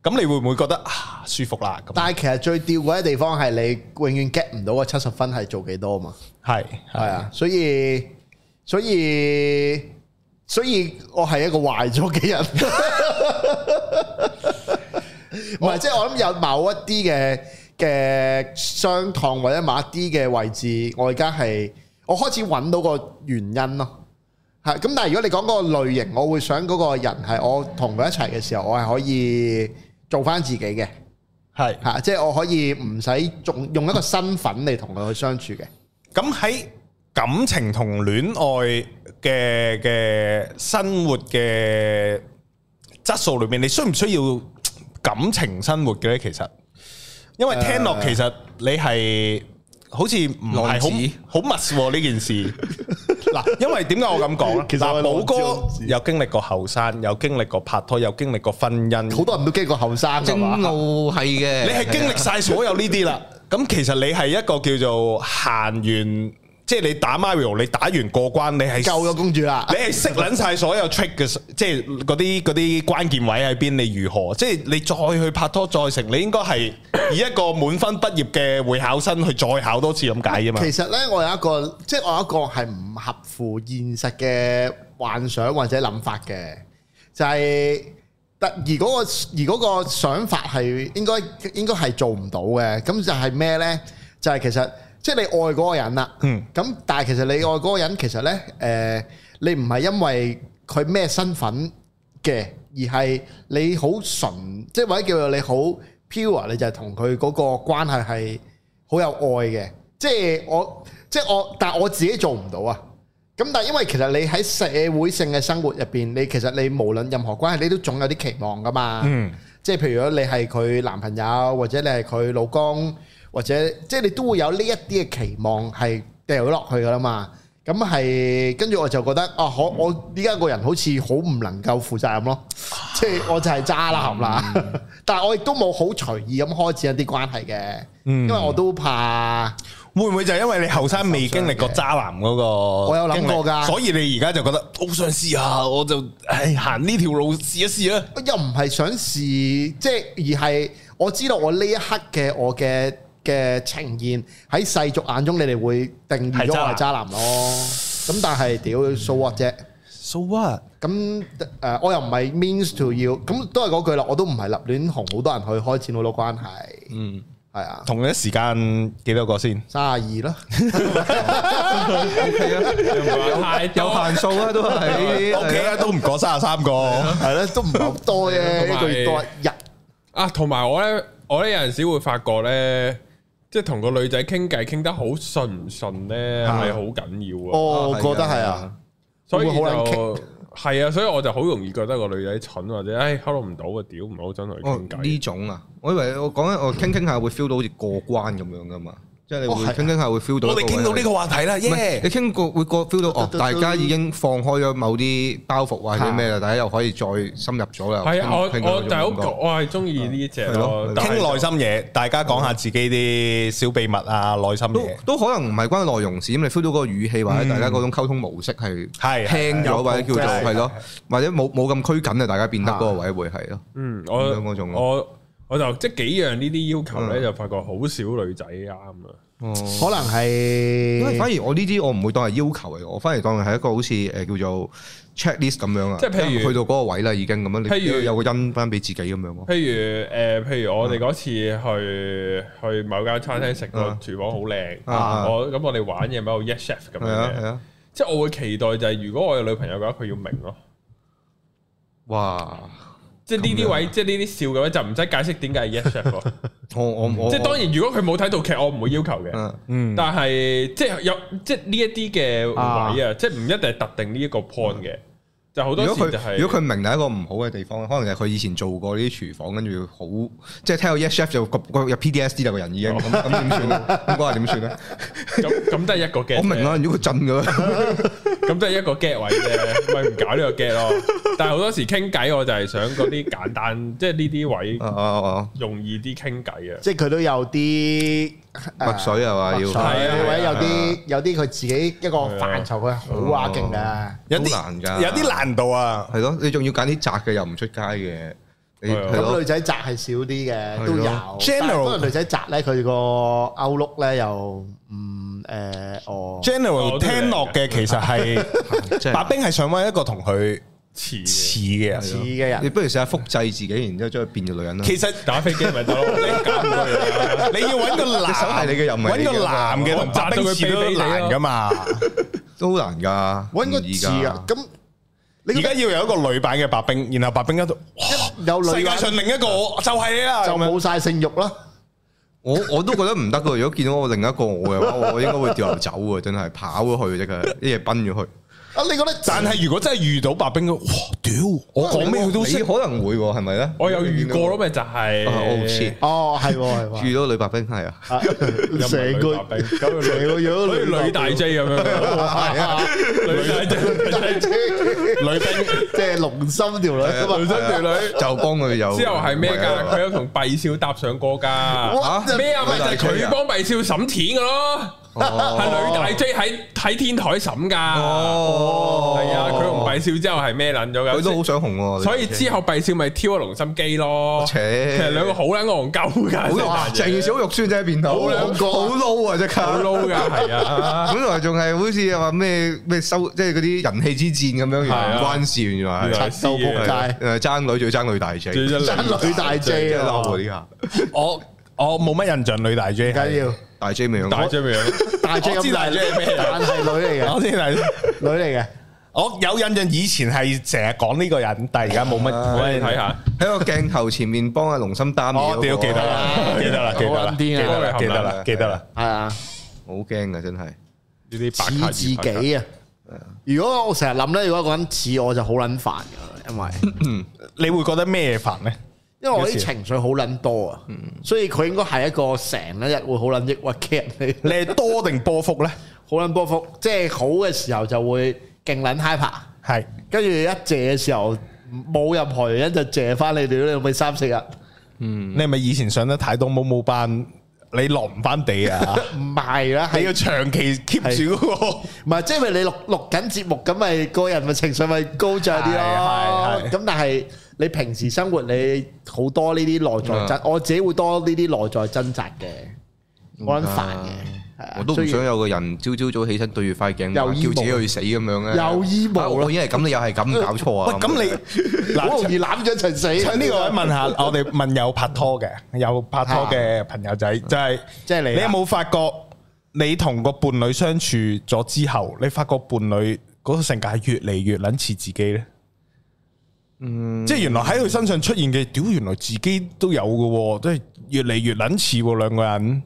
Speaker 3: 咁你會唔會覺得啊舒服啦？咁
Speaker 4: 但係其實最吊嗰嘅地方係你永遠 get 唔到個七十分係做幾多嘛，
Speaker 3: 係
Speaker 4: 係啊，所以所以所以我係一個壞咗嘅人，唔係即係我諗有某一啲嘅嘅商堂或者某一啲嘅位置，我而家係我開始揾到個原因咯。係咁，但係如果你講嗰個類型，我會想嗰個人係我同佢一齊嘅時候，我係可以做翻自己嘅。
Speaker 3: 係。
Speaker 4: 嚇、即係我可以唔使仲用一個身份嚟同佢去相處嘅。
Speaker 3: 咁喺感情同戀愛嘅嘅生活嘅質素裏面，你需唔需要感情生活嘅咧？其實，因為聽落其實你係好似唔
Speaker 2: 浪子
Speaker 3: 係好好密喎呢件 事。嗱，因為點解我咁講咧？啊
Speaker 4: 其實
Speaker 3: 嗱，
Speaker 4: 我係浪
Speaker 3: 寶哥
Speaker 4: 子浪子
Speaker 3: 有經歷過後生，有經歷過拍拖，有經歷過婚姻，
Speaker 4: 好多人都經過後生係
Speaker 2: 精
Speaker 4: 嘛？
Speaker 2: 奧係嘅。
Speaker 3: 你係經歷晒所有呢啲啦。咁其實你係一個叫做行完即係你打 Mario，你打完過關，你係
Speaker 4: 救咗公主啦
Speaker 3: 你，係識撚晒所有 trick 嘅，即係嗰啲嗰啲關鍵位喺邊，你如何？即係你再去拍拖再成，你應該係以一個滿分畢業嘅會考生去再考多次咁解啫嘛。
Speaker 4: 其實咧，我有一個，即係我有一個係唔合乎現實嘅幻想或者諗法嘅，就係、突而嗰、個而嗰個想法係應該應該係做唔到嘅，咁就係咩呢？就係、其實即係你愛嗰個人啦，
Speaker 3: 嗯
Speaker 4: 咁但係其實你愛嗰個人其實呢，誒、你唔係因為佢咩身份嘅，而係你好純，即係或者叫做你好 pure，你就係同佢嗰個關係係。好有愛嘅，即係我即係我，但係我自己做唔到啊。咁但係因為其實你喺社會性嘅生活入邊，你其實你無論任何關係，你都總有啲期望噶嘛。
Speaker 3: 嗯，
Speaker 4: 即係譬如果你係佢男朋友，或者你係佢老公，或者即係你都會有呢一啲嘅期望係掉咗落去噶啦嘛。咁係跟住我就覺得啊，我我依家個人好似好唔能夠負責任咯，即係我就係渣男啦。但係我亦都冇好隨意咁開展一啲關係嘅，因為我都怕。
Speaker 3: 會唔會就係因為你後生未經歷過渣男嗰個？我
Speaker 4: 有諗過㗎
Speaker 3: 所以你而家就覺得好想試下，我就唉行呢條路試一試啦。
Speaker 4: 又唔係想試，即係而係我知道我呢一刻嘅我嘅嘅呈現喺世俗眼中，你哋會定義咗我係渣男咯。咁但係屌 so what 啫？
Speaker 3: So what？
Speaker 4: 咁誒、呃我又唔係 means to 要，咁都係嗰句啦，我都唔係立亂紅，好多人去開展好多關係。嗯，係啊，
Speaker 3: 同一時間幾多個先？
Speaker 4: 三廿二啦。
Speaker 1: 太
Speaker 2: 有
Speaker 1: 多。
Speaker 2: 限數啊，都係
Speaker 3: O K 啊，都唔過三十三個。
Speaker 4: 係啦，都唔係好多
Speaker 1: 同
Speaker 4: 啫，
Speaker 1: 埋
Speaker 4: 一個月多一日。
Speaker 1: 啊，同埋我咧，我咧有阵时会发觉咧，即系同個女仔傾偈傾得好顺唔顺咧，係好緊要啊。
Speaker 4: 哦，我
Speaker 2: 係
Speaker 4: 覺得
Speaker 2: 啊
Speaker 4: 係
Speaker 2: 係
Speaker 4: 啊
Speaker 2: 啊，
Speaker 1: 所以
Speaker 4: 會好撚
Speaker 1: 就係啊，所以我就好容易覺得個女仔蠢或者唉溝通唔到啊，屌唔係好想同佢
Speaker 2: 哦
Speaker 1: 傾偈
Speaker 2: 呢。種啊，我以為我講緊我傾傾下會 feel 到好似過關咁樣噶嘛，即係你
Speaker 4: 哦
Speaker 2: 會
Speaker 4: 係啊
Speaker 2: 傾傾下會 feel 到一
Speaker 3: 我
Speaker 2: 個位
Speaker 3: 哋
Speaker 2: 係。
Speaker 3: 傾到呢個話題啦，
Speaker 2: 唔係
Speaker 3: 耶！
Speaker 2: 你傾過會過 feel 到哦
Speaker 4: 嘟嘟，嘟
Speaker 2: 大家已經放開咗某啲包袱或者咩啦，大家又可以再深入咗啦。
Speaker 1: 係啊，我
Speaker 2: 傾到
Speaker 1: 我
Speaker 2: 呢
Speaker 1: 就
Speaker 2: 種
Speaker 1: 係好
Speaker 2: 感覺
Speaker 1: 覺我係中意呢只
Speaker 2: 係
Speaker 1: 咯
Speaker 2: 咯，
Speaker 1: 但係
Speaker 3: 傾內心嘢，大家講下自己啲小秘密啊，內心嘢。
Speaker 2: 都都可能唔係關內容事，咁你 feel 到嗰個語氣或者大家嗰種溝通模式係
Speaker 3: 係
Speaker 2: 輕
Speaker 3: 有
Speaker 2: 咗，或者叫做
Speaker 3: progress
Speaker 2: 係咯，或者冇冇咁拘謹啊，大家變得嗰個位會係咯。
Speaker 1: 嗯，
Speaker 2: 咁樣嗰
Speaker 1: 我
Speaker 2: 種咯
Speaker 1: 我我就即係幾樣呢啲要求咧，
Speaker 2: 嗯
Speaker 1: 就發覺好少女仔啱啊。
Speaker 2: 哦，
Speaker 4: 可能
Speaker 2: 因為
Speaker 1: 嗯
Speaker 4: 係
Speaker 2: 反而我呢啲我唔會當係要求嚟，我反而當係一個好似誒叫做 checklist 咁樣啊，
Speaker 1: 即係譬如
Speaker 2: 因為去到嗰個位啦已經咁樣，你
Speaker 1: 譬如
Speaker 2: 有個印翻俾自己咁樣咯。
Speaker 1: 譬如誒、呃譬如
Speaker 2: 嗯
Speaker 1: 我哋嗰次去去某間餐廳食個
Speaker 2: 啊
Speaker 1: 廚房好靚，
Speaker 2: 啊
Speaker 1: 我咁我哋玩嘢咪有 yes chef 咁樣
Speaker 2: 係啊係
Speaker 1: 嘅，
Speaker 2: 啊，
Speaker 1: 即係我會期待就係如果我有女朋友嘅話，佢要明咯，
Speaker 2: 哇！
Speaker 1: 即係呢
Speaker 2: 咁
Speaker 1: 啲
Speaker 2: 樣
Speaker 1: 位，即係呢啲笑嘅位就唔使解釋點解係 yes chef 咯。
Speaker 2: 我我
Speaker 1: 嗯
Speaker 2: 我
Speaker 1: 即係當然，如果佢冇睇到劇，我唔會要求嘅。
Speaker 2: 嗯
Speaker 3: 嗯，
Speaker 1: 但係即係有即係呢一啲嘅位啊，即係唔一定係特定呢一個 point 嘅，就好多
Speaker 2: 如
Speaker 1: 時
Speaker 2: 果
Speaker 1: 就係
Speaker 2: 佢如果佢明係一個唔好嘅地方，可能就係佢以前做過呢啲廚房，跟住好即係聽到 yes chef 就個個入 PDSD 啦個人已
Speaker 1: 哦
Speaker 2: 經咁咁點 算咧？咁嗰下點算咧？
Speaker 1: 咁咁都係一個 get 啫。
Speaker 2: 我明啦，如果佢震 嘅，
Speaker 1: 咁都係一個 get 位啫，咪唔搞呢個 get 咯。但係好多時傾偈，我就係想嗰啲簡單，即係呢啲位
Speaker 2: 哦哦
Speaker 1: 容易啲傾偈啊。
Speaker 4: 即係佢都有啲
Speaker 2: 哦，
Speaker 4: 誒
Speaker 2: 墨水係嘛
Speaker 4: 係
Speaker 2: 要？
Speaker 1: 係啊
Speaker 4: 啊，或者有
Speaker 2: 係
Speaker 4: 啲有啲佢自己一個範疇，佢好啊勁噶。
Speaker 3: 有
Speaker 2: 都難
Speaker 3: 啲
Speaker 2: 㗎
Speaker 3: 有啲難度啊。
Speaker 2: 係咯，你仲要揀啲窄嘅又唔出街嘅，你
Speaker 1: 係啊
Speaker 2: 係
Speaker 4: 咁
Speaker 2: 咯
Speaker 4: 女仔宅係少啲嘅，
Speaker 2: 咯
Speaker 4: 都有。
Speaker 3: General
Speaker 4: 但係可能女仔宅咧，佢個 outlook 咧又唔誒哦。
Speaker 3: General
Speaker 1: 我都明嘅
Speaker 3: 聽落嘅其實 係
Speaker 2: 真係
Speaker 3: 白冰係想揾一個同佢
Speaker 1: 似
Speaker 3: 似嘅人。
Speaker 4: 似嘅
Speaker 2: 你
Speaker 4: 人，
Speaker 2: 不如試下複製自己，然之後將佢變做女人啦。
Speaker 3: 其實
Speaker 1: 打飛機咪 得咯，你搞唔到佢啊
Speaker 3: 你要揾個男，
Speaker 2: 隻手係你嘅又唔係你
Speaker 3: 揾
Speaker 2: 嘅
Speaker 3: 個男嘅同白冰似都難㗎嘛。
Speaker 2: 都好難㗎，
Speaker 4: 揾個
Speaker 2: 唔易
Speaker 4: 字
Speaker 2: 㗎
Speaker 4: 啊，。咁
Speaker 3: 而家要有一個女版嘅白冰，然後白冰一度，
Speaker 4: 一有
Speaker 3: 哇世
Speaker 4: 女
Speaker 3: 界
Speaker 4: 版
Speaker 3: 上另一個我就係你啦。
Speaker 4: 就
Speaker 3: 咁樣
Speaker 4: 冇晒性慾啦。
Speaker 2: 我我都覺得唔得㗎。如果見到我另一個我嘅話，我應該會掉頭走㗎，真係跑咗去即係一夜奔咗去。
Speaker 4: 啊，你覺得
Speaker 3: 但係如果真係遇到白冰，哇屌！我講咩佢都
Speaker 2: 你
Speaker 3: 識。
Speaker 2: 可能會喎，係咪咧？
Speaker 1: 我有遇過咯，咪就係
Speaker 2: 啊我好似
Speaker 4: 哦係喎係喎
Speaker 2: 遇到女白冰係啊，
Speaker 4: 啊，成個
Speaker 1: 成個
Speaker 4: 成個樣都
Speaker 1: 好似
Speaker 4: 女
Speaker 1: 女
Speaker 4: 大
Speaker 1: 大 J 咁樣，
Speaker 4: 係啊，
Speaker 1: 女大 J
Speaker 3: 女兵
Speaker 4: 即係龍心條女啊嘛
Speaker 1: 女。生條女
Speaker 2: 就幫佢有
Speaker 1: 之後係咩㗎？佢
Speaker 2: 係啊
Speaker 1: 有同閉少搭上過㗎。
Speaker 4: What the-
Speaker 1: 咩啊？咪就係
Speaker 2: 女大 J
Speaker 1: 佢
Speaker 2: 啊
Speaker 1: 幫閉少審錢㗎咯。係女大 J 喺喺天台審㗎，
Speaker 2: 哦，
Speaker 1: 係啊，佢同閉笑之後係咩撚咗㗎？
Speaker 2: 佢都好想紅喎，
Speaker 1: 所以之後閉笑咪挑個龍心機咯。
Speaker 2: 扯，
Speaker 1: 其實兩個好撚戇鳩㗎，
Speaker 2: 好
Speaker 1: 好
Speaker 2: 哇成件事好肉酸啫，變到
Speaker 1: 好兩個
Speaker 2: 好撈啊，即刻
Speaker 1: 好撈㗎，係啊。
Speaker 2: 本來仲係好似話咩咩收，即係嗰啲人氣之戰咁樣，原來唔
Speaker 1: 係啊
Speaker 2: 關事，原來係
Speaker 1: 原來
Speaker 4: 柒到仆街，
Speaker 2: 誒爭女仲要爭女大隻，
Speaker 1: 最
Speaker 2: 真
Speaker 1: 真
Speaker 4: 真女大
Speaker 2: 係
Speaker 4: J
Speaker 2: 真係
Speaker 4: 啊
Speaker 2: 嬲，喎呢下。
Speaker 3: 我我冇乜印象女大 J，
Speaker 4: 唔緊要，
Speaker 2: 大 J 未養
Speaker 1: 大
Speaker 2: 過，
Speaker 1: 張咪樣，
Speaker 4: 大 J
Speaker 3: 我知
Speaker 4: 咁
Speaker 3: 大 J 係咩
Speaker 4: 但係女嚟嘅，
Speaker 3: 我先嚟。
Speaker 4: 女嚟嘅，
Speaker 3: 我有印象以前係成日講呢個人，但係而家冇乜冇乜哦
Speaker 1: 你睇。下，
Speaker 2: 喺個鏡頭前面幫阿龍心擔嘢嗰個。
Speaker 3: 我屌記得啦，記得啦，啊記得啦，記得啦，記得啦，記得啦。
Speaker 4: 啊係啊，
Speaker 2: 好驚啊！真係
Speaker 1: 呢啲白
Speaker 4: 似
Speaker 1: 卡
Speaker 4: 自己啊。如果我成日諗咧，如果一個人似我就好撚煩㗎，因為
Speaker 3: 你會覺得咩煩咧？
Speaker 4: 因為我啲情緒好撚多啊，所以佢應該係一個成一日會好撚抑鬱嘅人嚟。
Speaker 3: 你係多定波幅咧？
Speaker 4: 好撚波幅，即係好嘅時候就會勁撚 hyper，
Speaker 3: 係
Speaker 4: 跟住一借嘅時候冇任何原因就借翻你哋你咪三四日，唔嗯
Speaker 3: 你係咪以前上得太多冇冇班，你落唔翻地 啊？
Speaker 4: 係啦，
Speaker 3: 你
Speaker 4: 係
Speaker 3: 要長期 keep 住嗰個
Speaker 4: 唔係即係因為你錄錄緊節目咁咪個人咪情緒咪高漲啲
Speaker 3: 係
Speaker 4: 咯
Speaker 3: 係係，
Speaker 4: 咁但係你平時生活你好多呢啲內在爭，我自己會多呢啲內在掙扎嘅，好撚煩嘅，係啊
Speaker 2: 我都
Speaker 4: 所
Speaker 2: 唔
Speaker 4: 以
Speaker 2: 想有個人朝朝早起身對住塊鏡，
Speaker 4: 有
Speaker 2: 叫
Speaker 4: 醫務
Speaker 2: 自己去死咁樣咧。
Speaker 4: 有醫務啦
Speaker 2: 啊我已經係咁，你又係咁，搞錯
Speaker 3: 喂
Speaker 2: 啊！，
Speaker 3: 咁你
Speaker 4: 好容
Speaker 3: 嗱，
Speaker 4: 易攬咗一齊死。
Speaker 3: 趁呢個位問下我哋問有拍拖嘅有拍拖嘅朋友仔，就係
Speaker 4: 即係你啊
Speaker 3: 你有冇發覺你同個伴侶相處咗之後，你發覺伴侶嗰個性格係越嚟越撚似自己咧？嗯，即係原來喺佢身上出現嘅，屌原來自己都有嘅喎，都係越嚟越撚似喎兩個人。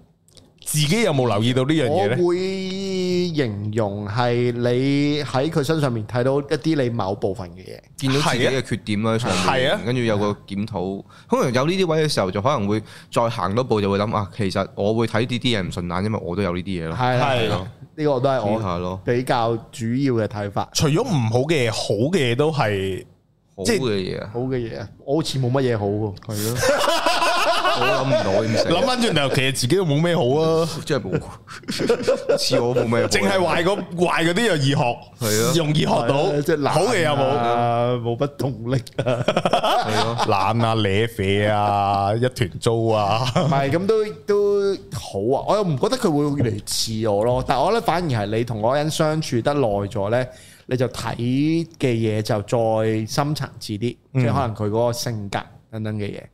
Speaker 3: 自己有冇留意到呢樣嘢咧？
Speaker 4: 我會形容係你喺佢身上面睇到一啲你某部分嘅嘢，
Speaker 2: 見到自己嘅缺點啦，上
Speaker 3: 係啊
Speaker 2: 面跟住有個檢討，可能有呢啲位嘅時候，就可能會再行多步，就會諗啊，其實我會睇呢啲嘢唔順眼，因為我都有呢啲嘢咯。
Speaker 4: 係啦啊
Speaker 3: 係
Speaker 4: 係啦，呢個都係
Speaker 2: 知下咯
Speaker 4: 我比較主要嘅睇法。
Speaker 3: 除咗唔好嘅嘢，好嘅嘢都係
Speaker 2: 好
Speaker 3: 即
Speaker 2: 嘅
Speaker 3: 係
Speaker 2: 嘢啊，
Speaker 4: 好嘅嘢，我好似冇乜嘢好喎。係咯，
Speaker 2: 我諗唔到點
Speaker 3: 諗啊
Speaker 2: 死，
Speaker 3: 翻轉頭，其實自己都冇咩好啊，
Speaker 2: 真係冇，似我冇咩好，啊
Speaker 3: 淨係壞個壞嗰啲又易學，
Speaker 2: 係啊
Speaker 3: 容易學
Speaker 4: Ờ,
Speaker 3: 到，
Speaker 4: 即係懶啊
Speaker 3: 好嘅有冇？
Speaker 4: 冇乜動力啊？
Speaker 2: 係咯，
Speaker 3: 懶啊、咧啡啊、一團糟啊，
Speaker 4: 唔係咁都都好啊！我又唔覺得佢會越嚟越似我咯，但我覺得反而係你同嗰個人相處得耐咗呢，你就睇嘅嘢就再深層次啲，即係可能佢嗰個性格等等嘅嘢。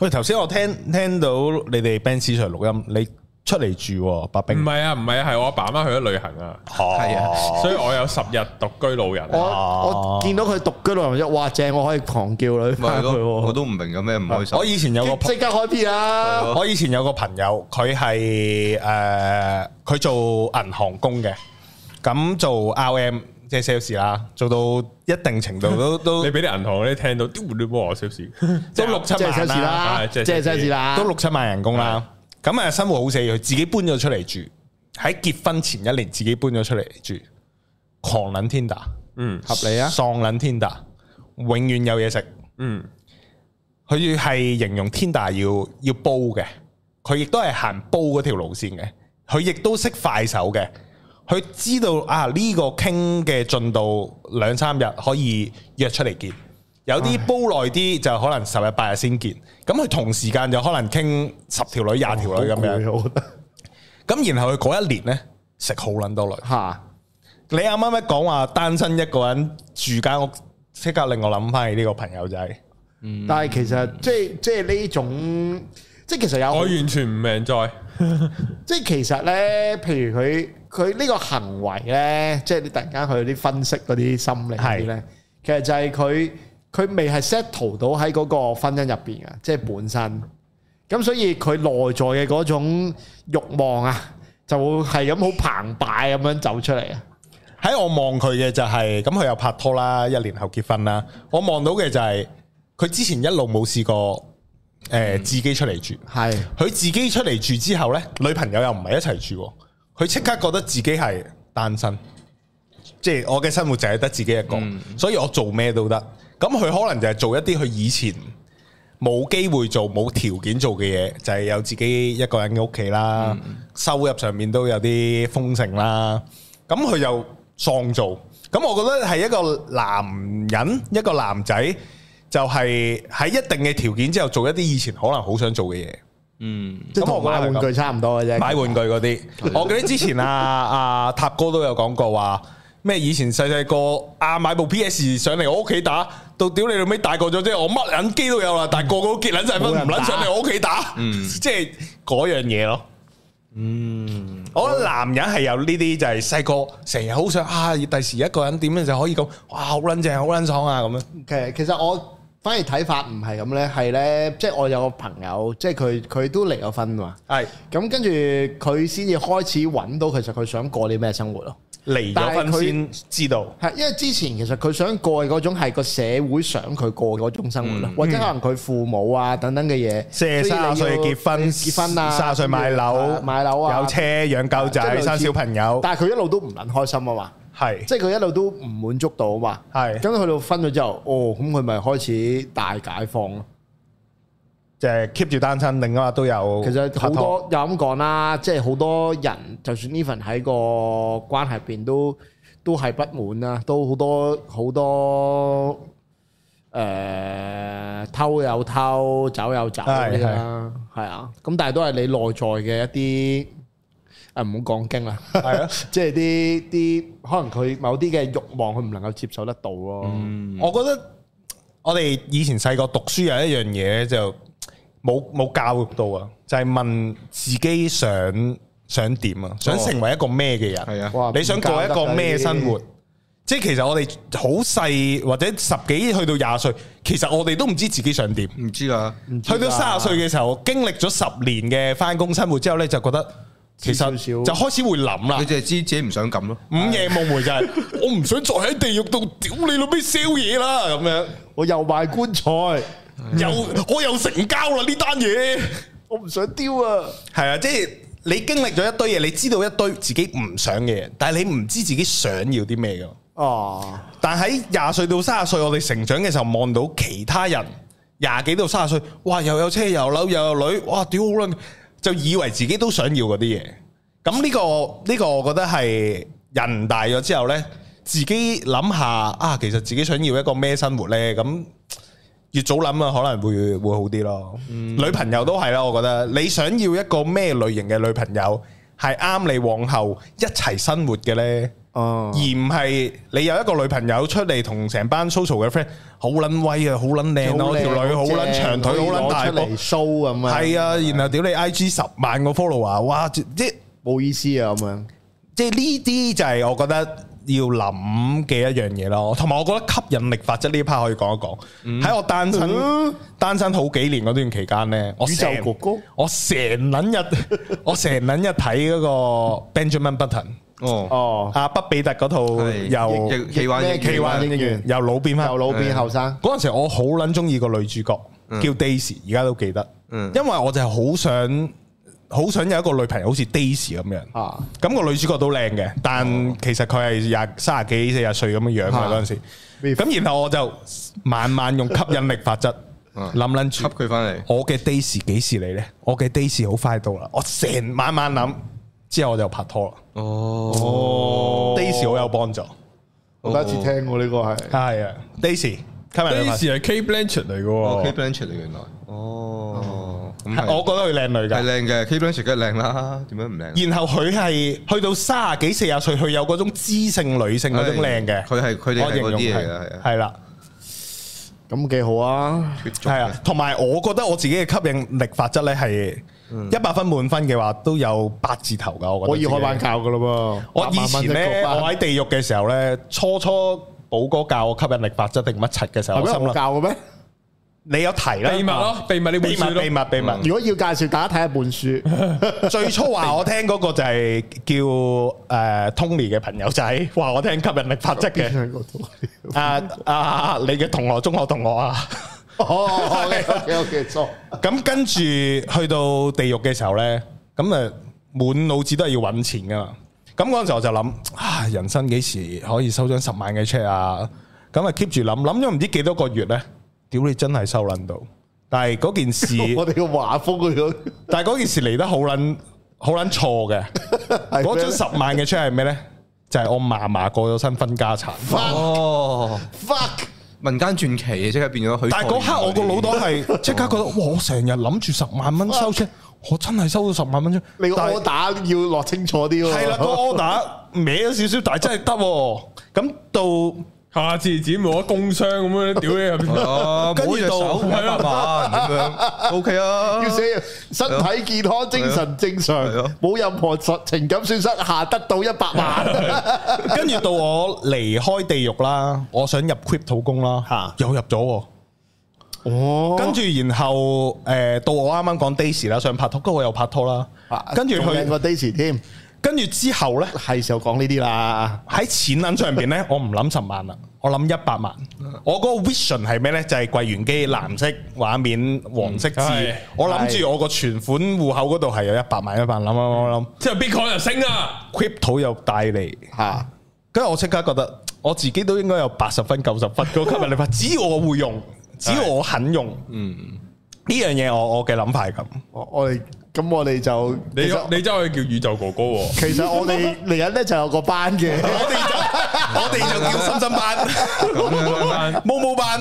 Speaker 3: 喂，頭先我聽聽到你哋 Ben Sir 錄音，你出嚟住喎白
Speaker 1: 唔
Speaker 3: 冰，
Speaker 1: 係啊，唔係啊，係我阿爸媽去咗旅行啊，
Speaker 3: 係
Speaker 2: 啊
Speaker 1: 所以我有十日獨居老人。
Speaker 4: 我
Speaker 3: 哦
Speaker 4: 我見到佢獨居老人一哇正，我可以狂叫女
Speaker 2: 咪係
Speaker 4: 翻 佢
Speaker 2: 咯，我
Speaker 4: 喎，
Speaker 2: 都唔明有咩唔開心
Speaker 3: 我。以前有個
Speaker 4: 即即刻開 P 啦！
Speaker 3: 我以前有個朋友，佢係誒，呃佢、做銀行工嘅，咁做 RM 即係 sales 啦，做到一定程度都都
Speaker 1: 你俾啲銀行嗰啲聽到，屌你幫我少少，都六七
Speaker 4: 即係
Speaker 1: 萬
Speaker 4: sales 啦，即
Speaker 1: 係
Speaker 4: 係 sales 啦，
Speaker 3: 都六七萬人工啦。咁啊，生活好死，佢自己搬咗出嚟住，喺結婚前一年自己搬咗出嚟住，狂撚 Tinder，
Speaker 1: 嗯
Speaker 3: 合理啊，喪撚 Tinder，永遠有嘢食。
Speaker 1: 嗯，
Speaker 3: 佢係形容 Tinder 要要煲嘅，佢亦都係行煲嗰條路線嘅，佢亦都識快手嘅，佢知道啊呢、個傾嘅進度兩三日可以約出嚟見，有啲煲耐啲就可能十日八日先見，咁佢同時間就可能傾十條女廿條女咁樣，
Speaker 4: 攰啊我覺得
Speaker 3: 咁然後佢嗰一年呢，食好撚多女。
Speaker 4: 嚇
Speaker 3: 你啱啱一講話單身一個人住間屋，即刻令我諗翻起呢個朋友仔。嗯
Speaker 4: 但係其實即係即係呢種，即係其實有
Speaker 1: 我
Speaker 4: 好
Speaker 1: 完全唔 enjoy，
Speaker 4: 即係其實咧，譬如佢佢呢個行為咧，即係你突然間佢啲分析嗰啲心理嗰啲咧，其實就係佢佢未係 settle 到喺嗰個婚姻入邊嘅，即係本身。咁所以佢內在嘅嗰種慾望啊，就會係咁好澎湃咁樣走出嚟啊！
Speaker 3: 喺我望佢嘅就係、咁，佢又拍拖啦，一年後結婚啦。我望到嘅就係、佢之前一路冇試過誒、呃自己出嚟住，
Speaker 4: 係
Speaker 3: 佢自己出嚟住之後呢，女朋友又唔係一齊住喎，佢即刻覺得自己係單身，即係我嘅生活就係得自己一個，所以我做咩都得。咁佢可能就係做一啲佢以前冇機會做、冇條件做嘅嘢，就係、有自己一個人嘅屋企啦，收入上面都有啲豐盛啦。咁佢又創造，咁我覺得係一個男人，一個男仔，就係、喺一定嘅條件之後，做一啲以前可能好想做嘅嘢。
Speaker 2: 嗯，
Speaker 4: 即係同買玩具差唔多嘅啫。
Speaker 3: 買玩具嗰啲，我記得之前啊啊塔哥都有講過話咩？以前細細個啊買部 PS 上嚟我屋企打，到屌你老尾大個咗即係我乜撚機都有啦，但係個個都結撚晒婚，唔撚上嚟我屋企嗯打，嗯即係嗰樣嘢咯。嗯，我覺得男人係有呢啲就係細個成日好想啊，第時一個人點樣就可以咁，哇好撚正，好撚爽啊咁樣。
Speaker 4: 其實其實我反而睇法唔係咁咧，係咧，即係我有個朋友，即係佢佢都離咗婚嘛，
Speaker 3: 係
Speaker 4: 咁跟住佢先至開始揾到其實佢想過啲咩生活咯。
Speaker 3: 離咗
Speaker 4: 但係佢
Speaker 3: 婚先知道，
Speaker 4: 係，因為之前其實佢想過嘅嗰種係個社會想佢過嘅嗰種生活
Speaker 3: 嗯
Speaker 4: 咯，或者可能佢父母啊等等嘅嘢，
Speaker 3: 四十
Speaker 4: 所以你要
Speaker 3: 三歲結婚，
Speaker 4: 結婚啊，
Speaker 3: 三十歲買樓，
Speaker 4: 買樓啊，
Speaker 3: 有車養狗
Speaker 4: 即係類
Speaker 3: 仔，
Speaker 4: 似
Speaker 3: 生小朋友，
Speaker 4: 但係佢一路都唔撚開心啊嘛，
Speaker 3: 係
Speaker 4: 即係佢一路都唔滿足到啊嘛，
Speaker 3: 係
Speaker 4: 咁去到分咗之後，哦，咁佢咪開始大解放咯。
Speaker 3: 就係 keep 住單身，另外都有
Speaker 4: 其實
Speaker 3: 拍
Speaker 4: 好
Speaker 3: 拖
Speaker 4: 多又咁講啦，即係好多人，就算 even 喺個關係入邊都都係不滿啦，都好多好多誒、呃偷有偷，走有走嗰啲啦，係啊。咁但係都係你內在嘅一啲誒唔好講經啦，
Speaker 3: 係啊。
Speaker 4: 即係啲啲可能佢某啲嘅慾望佢唔能夠接受得到咯。嗯
Speaker 3: 我覺得我哋以前細個讀書有一樣嘢就冇冇教育到啊，就係問自己想想點
Speaker 4: 哦
Speaker 3: 啊，想成為一個咩嘅人。
Speaker 2: 係啊，
Speaker 4: 哇
Speaker 3: 你想過一個咩生活？？即係其實我哋好細或者十幾去到廿歲，其實我哋都唔知自己想點。
Speaker 2: 唔知噶，
Speaker 3: 去到三十歲嘅時候，經歷咗十年嘅翻工生活之後呢，就覺得其
Speaker 4: 少
Speaker 3: 實
Speaker 4: 少
Speaker 3: 就開始會諗啦
Speaker 2: 你。就係知自己唔想咁咯。
Speaker 3: 午夜夢回就係 我唔想再喺地獄度屌你老味宵夜啦咁樣，
Speaker 4: 我又賣棺材，
Speaker 3: 又我又成交啦呢單嘢。
Speaker 4: 我唔想丟啊！
Speaker 3: 係啊，即係你經歷咗一堆嘢，你知道一堆自己唔想嘅嘢，但係你唔知自己想要啲咩㗎。
Speaker 4: 哦。
Speaker 3: 但喺廿歲到三十歲，我哋成長嘅時候望到其他人廿幾到三十歲，哇又有車又有樓又有女，哇屌好撚，就以為自己都想要嗰啲嘢。咁呢、個呢、個我覺得係人大咗之後呢，自己諗下啊，其實自己想要一個咩生活呢？咁越早諗啊，可能會會好啲咯。女朋友都係啦，我覺得你想要一個咩類型嘅女朋友係啱你往後一齊生活嘅呢？
Speaker 4: 哦
Speaker 3: 而，唔係你有一個女朋友出嚟同成班 social 嘅 friend 好撚威啊，好撚靚咯，條女好撚長腿，好撚大
Speaker 4: 出
Speaker 3: 波
Speaker 4: 嚟，show 咁啊，
Speaker 3: 係啊，然後屌你 IG 十萬個 follower，啊哇！即即
Speaker 4: 冇意思啊咁樣。
Speaker 3: 即呢啲就係我覺得要諗嘅一樣嘢咯，同埋我覺得吸引力法則呢一 part 可以講一講。喺、我單身、單身好幾年嗰段期間呢，我
Speaker 4: 宇宙
Speaker 3: 成
Speaker 4: 哥哥
Speaker 3: 我成撚日我成撚日睇嗰個 Benjamin Button
Speaker 2: 哦，
Speaker 4: 哦，
Speaker 3: 啊北比特嗰套
Speaker 2: 係
Speaker 3: 又
Speaker 2: 亦奇幻
Speaker 4: 咩
Speaker 2: 亦奇幻
Speaker 4: 奇幻英緣
Speaker 3: 又老變翻
Speaker 4: 由老變後生，
Speaker 3: 嗰陣時我好撚中意個女主角叫 Daisy，而家都記得，
Speaker 2: 嗯
Speaker 3: 因為我就係好想好想有一個女朋友好似 Daisy 咁樣。
Speaker 4: 啊
Speaker 3: 咁個女主角都靚嘅，但
Speaker 2: 哦
Speaker 3: 其實佢係廿三十幾四十歲咁樣樣嘅
Speaker 4: 啊
Speaker 3: 嗰陣時。
Speaker 4: With-
Speaker 3: 咁然後我就慢慢用吸引力 法則
Speaker 2: 嗯
Speaker 3: 諗撚
Speaker 2: 吸
Speaker 3: 住，
Speaker 2: 佢翻嚟，
Speaker 3: 我嘅 Daisy 幾時嚟呢？我嘅 Daisy 好快到啦，我成晚晚諗，之後我就拍拖啦。
Speaker 2: 哦
Speaker 3: Daisy 好有幫助，
Speaker 4: 我第一次聽過呢個係。
Speaker 3: 係啊，Daisy 吸引力法
Speaker 1: 呢
Speaker 3: 則
Speaker 1: 時係 K Blanchett 嚟嘅
Speaker 2: 哦，K
Speaker 1: 喎，
Speaker 2: Blanchett 嚟原來，哦，咁係
Speaker 3: 我覺得佢靚女㗎
Speaker 2: 係。靚嘅，K Blanchett 梗係靚啦，點樣唔靚？啊
Speaker 3: 然後佢係去到三十幾四十歲，佢有嗰種知性女性嗰種靚嘅，
Speaker 2: 佢係佢哋係
Speaker 3: 我形
Speaker 2: 嗰
Speaker 3: 容
Speaker 2: 啲嚟
Speaker 3: 係
Speaker 2: 嘅，係啊，
Speaker 3: 係啦，
Speaker 4: 咁幾好啊！
Speaker 2: 脫俗
Speaker 3: 係啊
Speaker 2: 嘅，，
Speaker 3: 同埋我覺得我自己嘅吸引力法則咧係
Speaker 2: 嗯
Speaker 3: 一百分滿分嘅話，都有八字頭噶，我
Speaker 4: 可
Speaker 3: 覺
Speaker 4: 以
Speaker 3: 得自己
Speaker 4: 開班。教噶咯噃。
Speaker 3: 我以前咧，
Speaker 4: 八萬
Speaker 3: 我
Speaker 4: 蚊一個班
Speaker 3: 喺地獄嘅時候咧，初初寶哥教我吸引力法則定乜柒嘅時候，我
Speaker 4: 係
Speaker 3: 心
Speaker 4: 咩我
Speaker 3: 諗
Speaker 4: 教嘅咩？
Speaker 3: 你有提啦，哦
Speaker 1: 秘密咯，秘密呢本
Speaker 3: 秘密
Speaker 1: 書咯
Speaker 3: 秘，密秘密。
Speaker 4: 如果要介紹，大家睇下本書。
Speaker 3: 最初話我聽嗰個就係叫誒 Tony 嘅朋友仔話我聽吸引力法則 嘅。啊啊！你嘅同學、中學同學啊，
Speaker 4: 哦，OK，OK，錯。
Speaker 3: 咁跟住去到地獄嘅時候呢，咁啊滿腦子都係要揾錢噶嘛。咁嗰陣時我就諗啊，人生幾時可以收張十萬嘅 check 啊？咁啊 keep 住諗，諗咗唔知幾多個月呢，屌你真係收撚到，但係嗰件 事，
Speaker 4: 我哋個畫風嗰種
Speaker 3: 但係嗰件事嚟得好撚好撚錯 嘅。
Speaker 4: 係
Speaker 3: 嗰
Speaker 4: 咩
Speaker 3: 張十萬嘅 check 係咩咧？就係我嫲嫲過咗身分家產。
Speaker 2: 哦，
Speaker 4: fuck
Speaker 2: 民間傳奇即刻變咗許。
Speaker 3: 但係嗰刻我個腦袋 係即刻覺得，哇！我成日諗住十萬蚊收 check，我真係收到十萬蚊 check。
Speaker 4: 你個
Speaker 3: 但係
Speaker 4: order 要落清楚啲喎。
Speaker 3: 係 啦，個 order 歪咗少少，但係真係得喎。咁到
Speaker 1: 下次剪冇得工傷咁樣，屌你入邊
Speaker 2: 哦，
Speaker 3: 跟住
Speaker 2: 冇隻
Speaker 3: 到
Speaker 2: 手
Speaker 3: 係
Speaker 2: 百萬咁樣，OK 啊，
Speaker 4: 要寫身體健康、精神正常
Speaker 2: 係咯，
Speaker 4: 冇任何實情感損失下得到一百萬。
Speaker 3: 跟住到我離開地獄啦，我想入 crypto 工啦
Speaker 4: 嚇，
Speaker 3: 又入咗喎。
Speaker 4: 哦
Speaker 3: 跟住然後誒到我啱啱講 Daisy 啦，想拍拖，跟住我又拍拖啦。跟住
Speaker 4: 啊仲靚
Speaker 3: 佢，
Speaker 4: 過 Daisy 添，
Speaker 3: 跟住之後呢，
Speaker 4: 係時候講呢啲啦。
Speaker 3: 喺錢銀上邊呢， 我唔諗十萬啦，我諗一百萬。
Speaker 1: 嗯
Speaker 3: 我嗰個 vision 係咩呢？就係櫃員機藍色畫面黃色字
Speaker 1: 嗯係，
Speaker 3: 我諗住我個存款戶口嗰度係有一百萬一百萬，諗諗諗諗
Speaker 1: 之後 Bitcoin 就升啦，
Speaker 3: ，crypto 又帶嚟。
Speaker 4: 嚇，
Speaker 3: 跟住我即刻覺得我自己都應該有八十分、九十分嗰個吸引力 法，只要我會用，只要我肯用，嗯，呢樣嘢我我嘅諗法係咁。
Speaker 4: 我我哋咁我哋就
Speaker 1: 你
Speaker 4: 其實
Speaker 1: 你真係可以叫宇宙哥哥喎。
Speaker 4: 其實我哋 嚟緊咧就有個班嘅。
Speaker 3: 我哋就 我哋就叫深深班、毛毛班。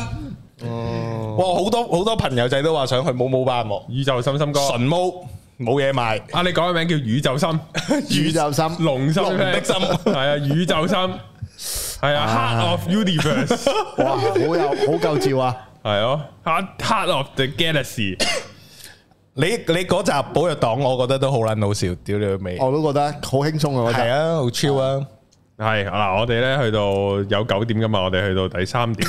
Speaker 1: 哦
Speaker 3: 哇！好多好多朋友仔都話想去毛毛班喎，
Speaker 1: 宇宙心心哥，
Speaker 3: 純毛冇嘢賣，
Speaker 1: 啊你講嘅名叫宇宙心，
Speaker 4: 宇宙心
Speaker 1: 龍心
Speaker 3: 龍的心
Speaker 1: 係啊宇宙心，係啊 Heart of Universe，
Speaker 4: 哇，好有好夠照啊！
Speaker 1: 係咯 Heart Heart of the Galaxy，
Speaker 3: 你你嗰集寶藥黨，我覺得都好撚好笑，屌你老味，
Speaker 4: 我都覺得好輕鬆啊！嗰
Speaker 3: 係
Speaker 4: 陣
Speaker 3: 啊，好超啊！
Speaker 1: 係嗱我哋咧去到有九點噶嘛，我哋去到第三點，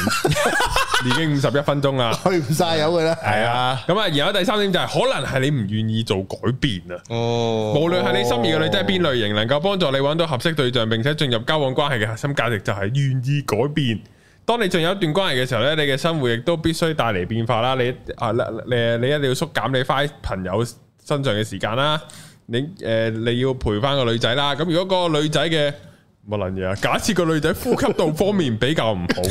Speaker 1: 已經五十一分鐘啦。
Speaker 4: 去唔晒有佢啦。
Speaker 3: 係啊，
Speaker 1: 咁啊，然後第三點就係可能係你唔願意做改變啊。
Speaker 2: 哦，
Speaker 1: 無論係你心儀嘅女仔係邊類型，能夠幫助你揾到合適對象，並且進入交往關係嘅核心價值就係願意改變。當你進入一段關係嘅時候咧，你嘅生活亦都必須帶嚟變化啦。你啊，你你一定要縮減你花喺朋友身上嘅時間啦。你誒、呃你要陪翻個女仔啦。咁如果個女仔嘅乜撚嘢啊？假設個女仔呼吸道方面比較唔好。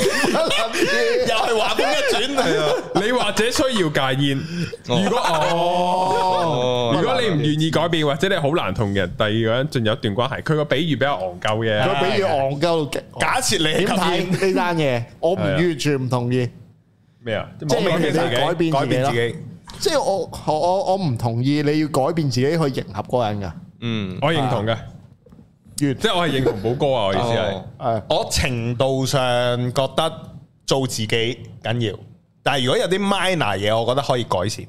Speaker 3: 又係話風一轉，係啊。
Speaker 1: 你或者需要戒煙。如果哦，如果你唔願意改變，或者你好難同人第二個人進入一段關係，佢個比喻比較戇鳩嘅。
Speaker 4: 佢俾住戇鳩到極。
Speaker 3: 假設你
Speaker 4: 點
Speaker 3: 起吸煙。
Speaker 4: 睇呢單嘢？我
Speaker 2: 啊
Speaker 4: 唔完全唔同意，
Speaker 1: 咩啊？即
Speaker 4: 即係
Speaker 1: 係
Speaker 4: 其實
Speaker 1: 改
Speaker 4: 改
Speaker 1: 變。
Speaker 4: 變自己
Speaker 3: 改變自
Speaker 4: 咯。
Speaker 3: 己。
Speaker 4: 即係我我我我唔同意你要改變自己去迎合嗰個人㗎。
Speaker 2: 嗯，
Speaker 1: 我認同嘅，
Speaker 4: 完
Speaker 1: 即係我係認同寶哥啊！我意思係
Speaker 2: 哦，
Speaker 4: 誒，
Speaker 3: 我程度上覺得做自己緊要，但係如果有啲 minor 嘢，我覺得可以改善。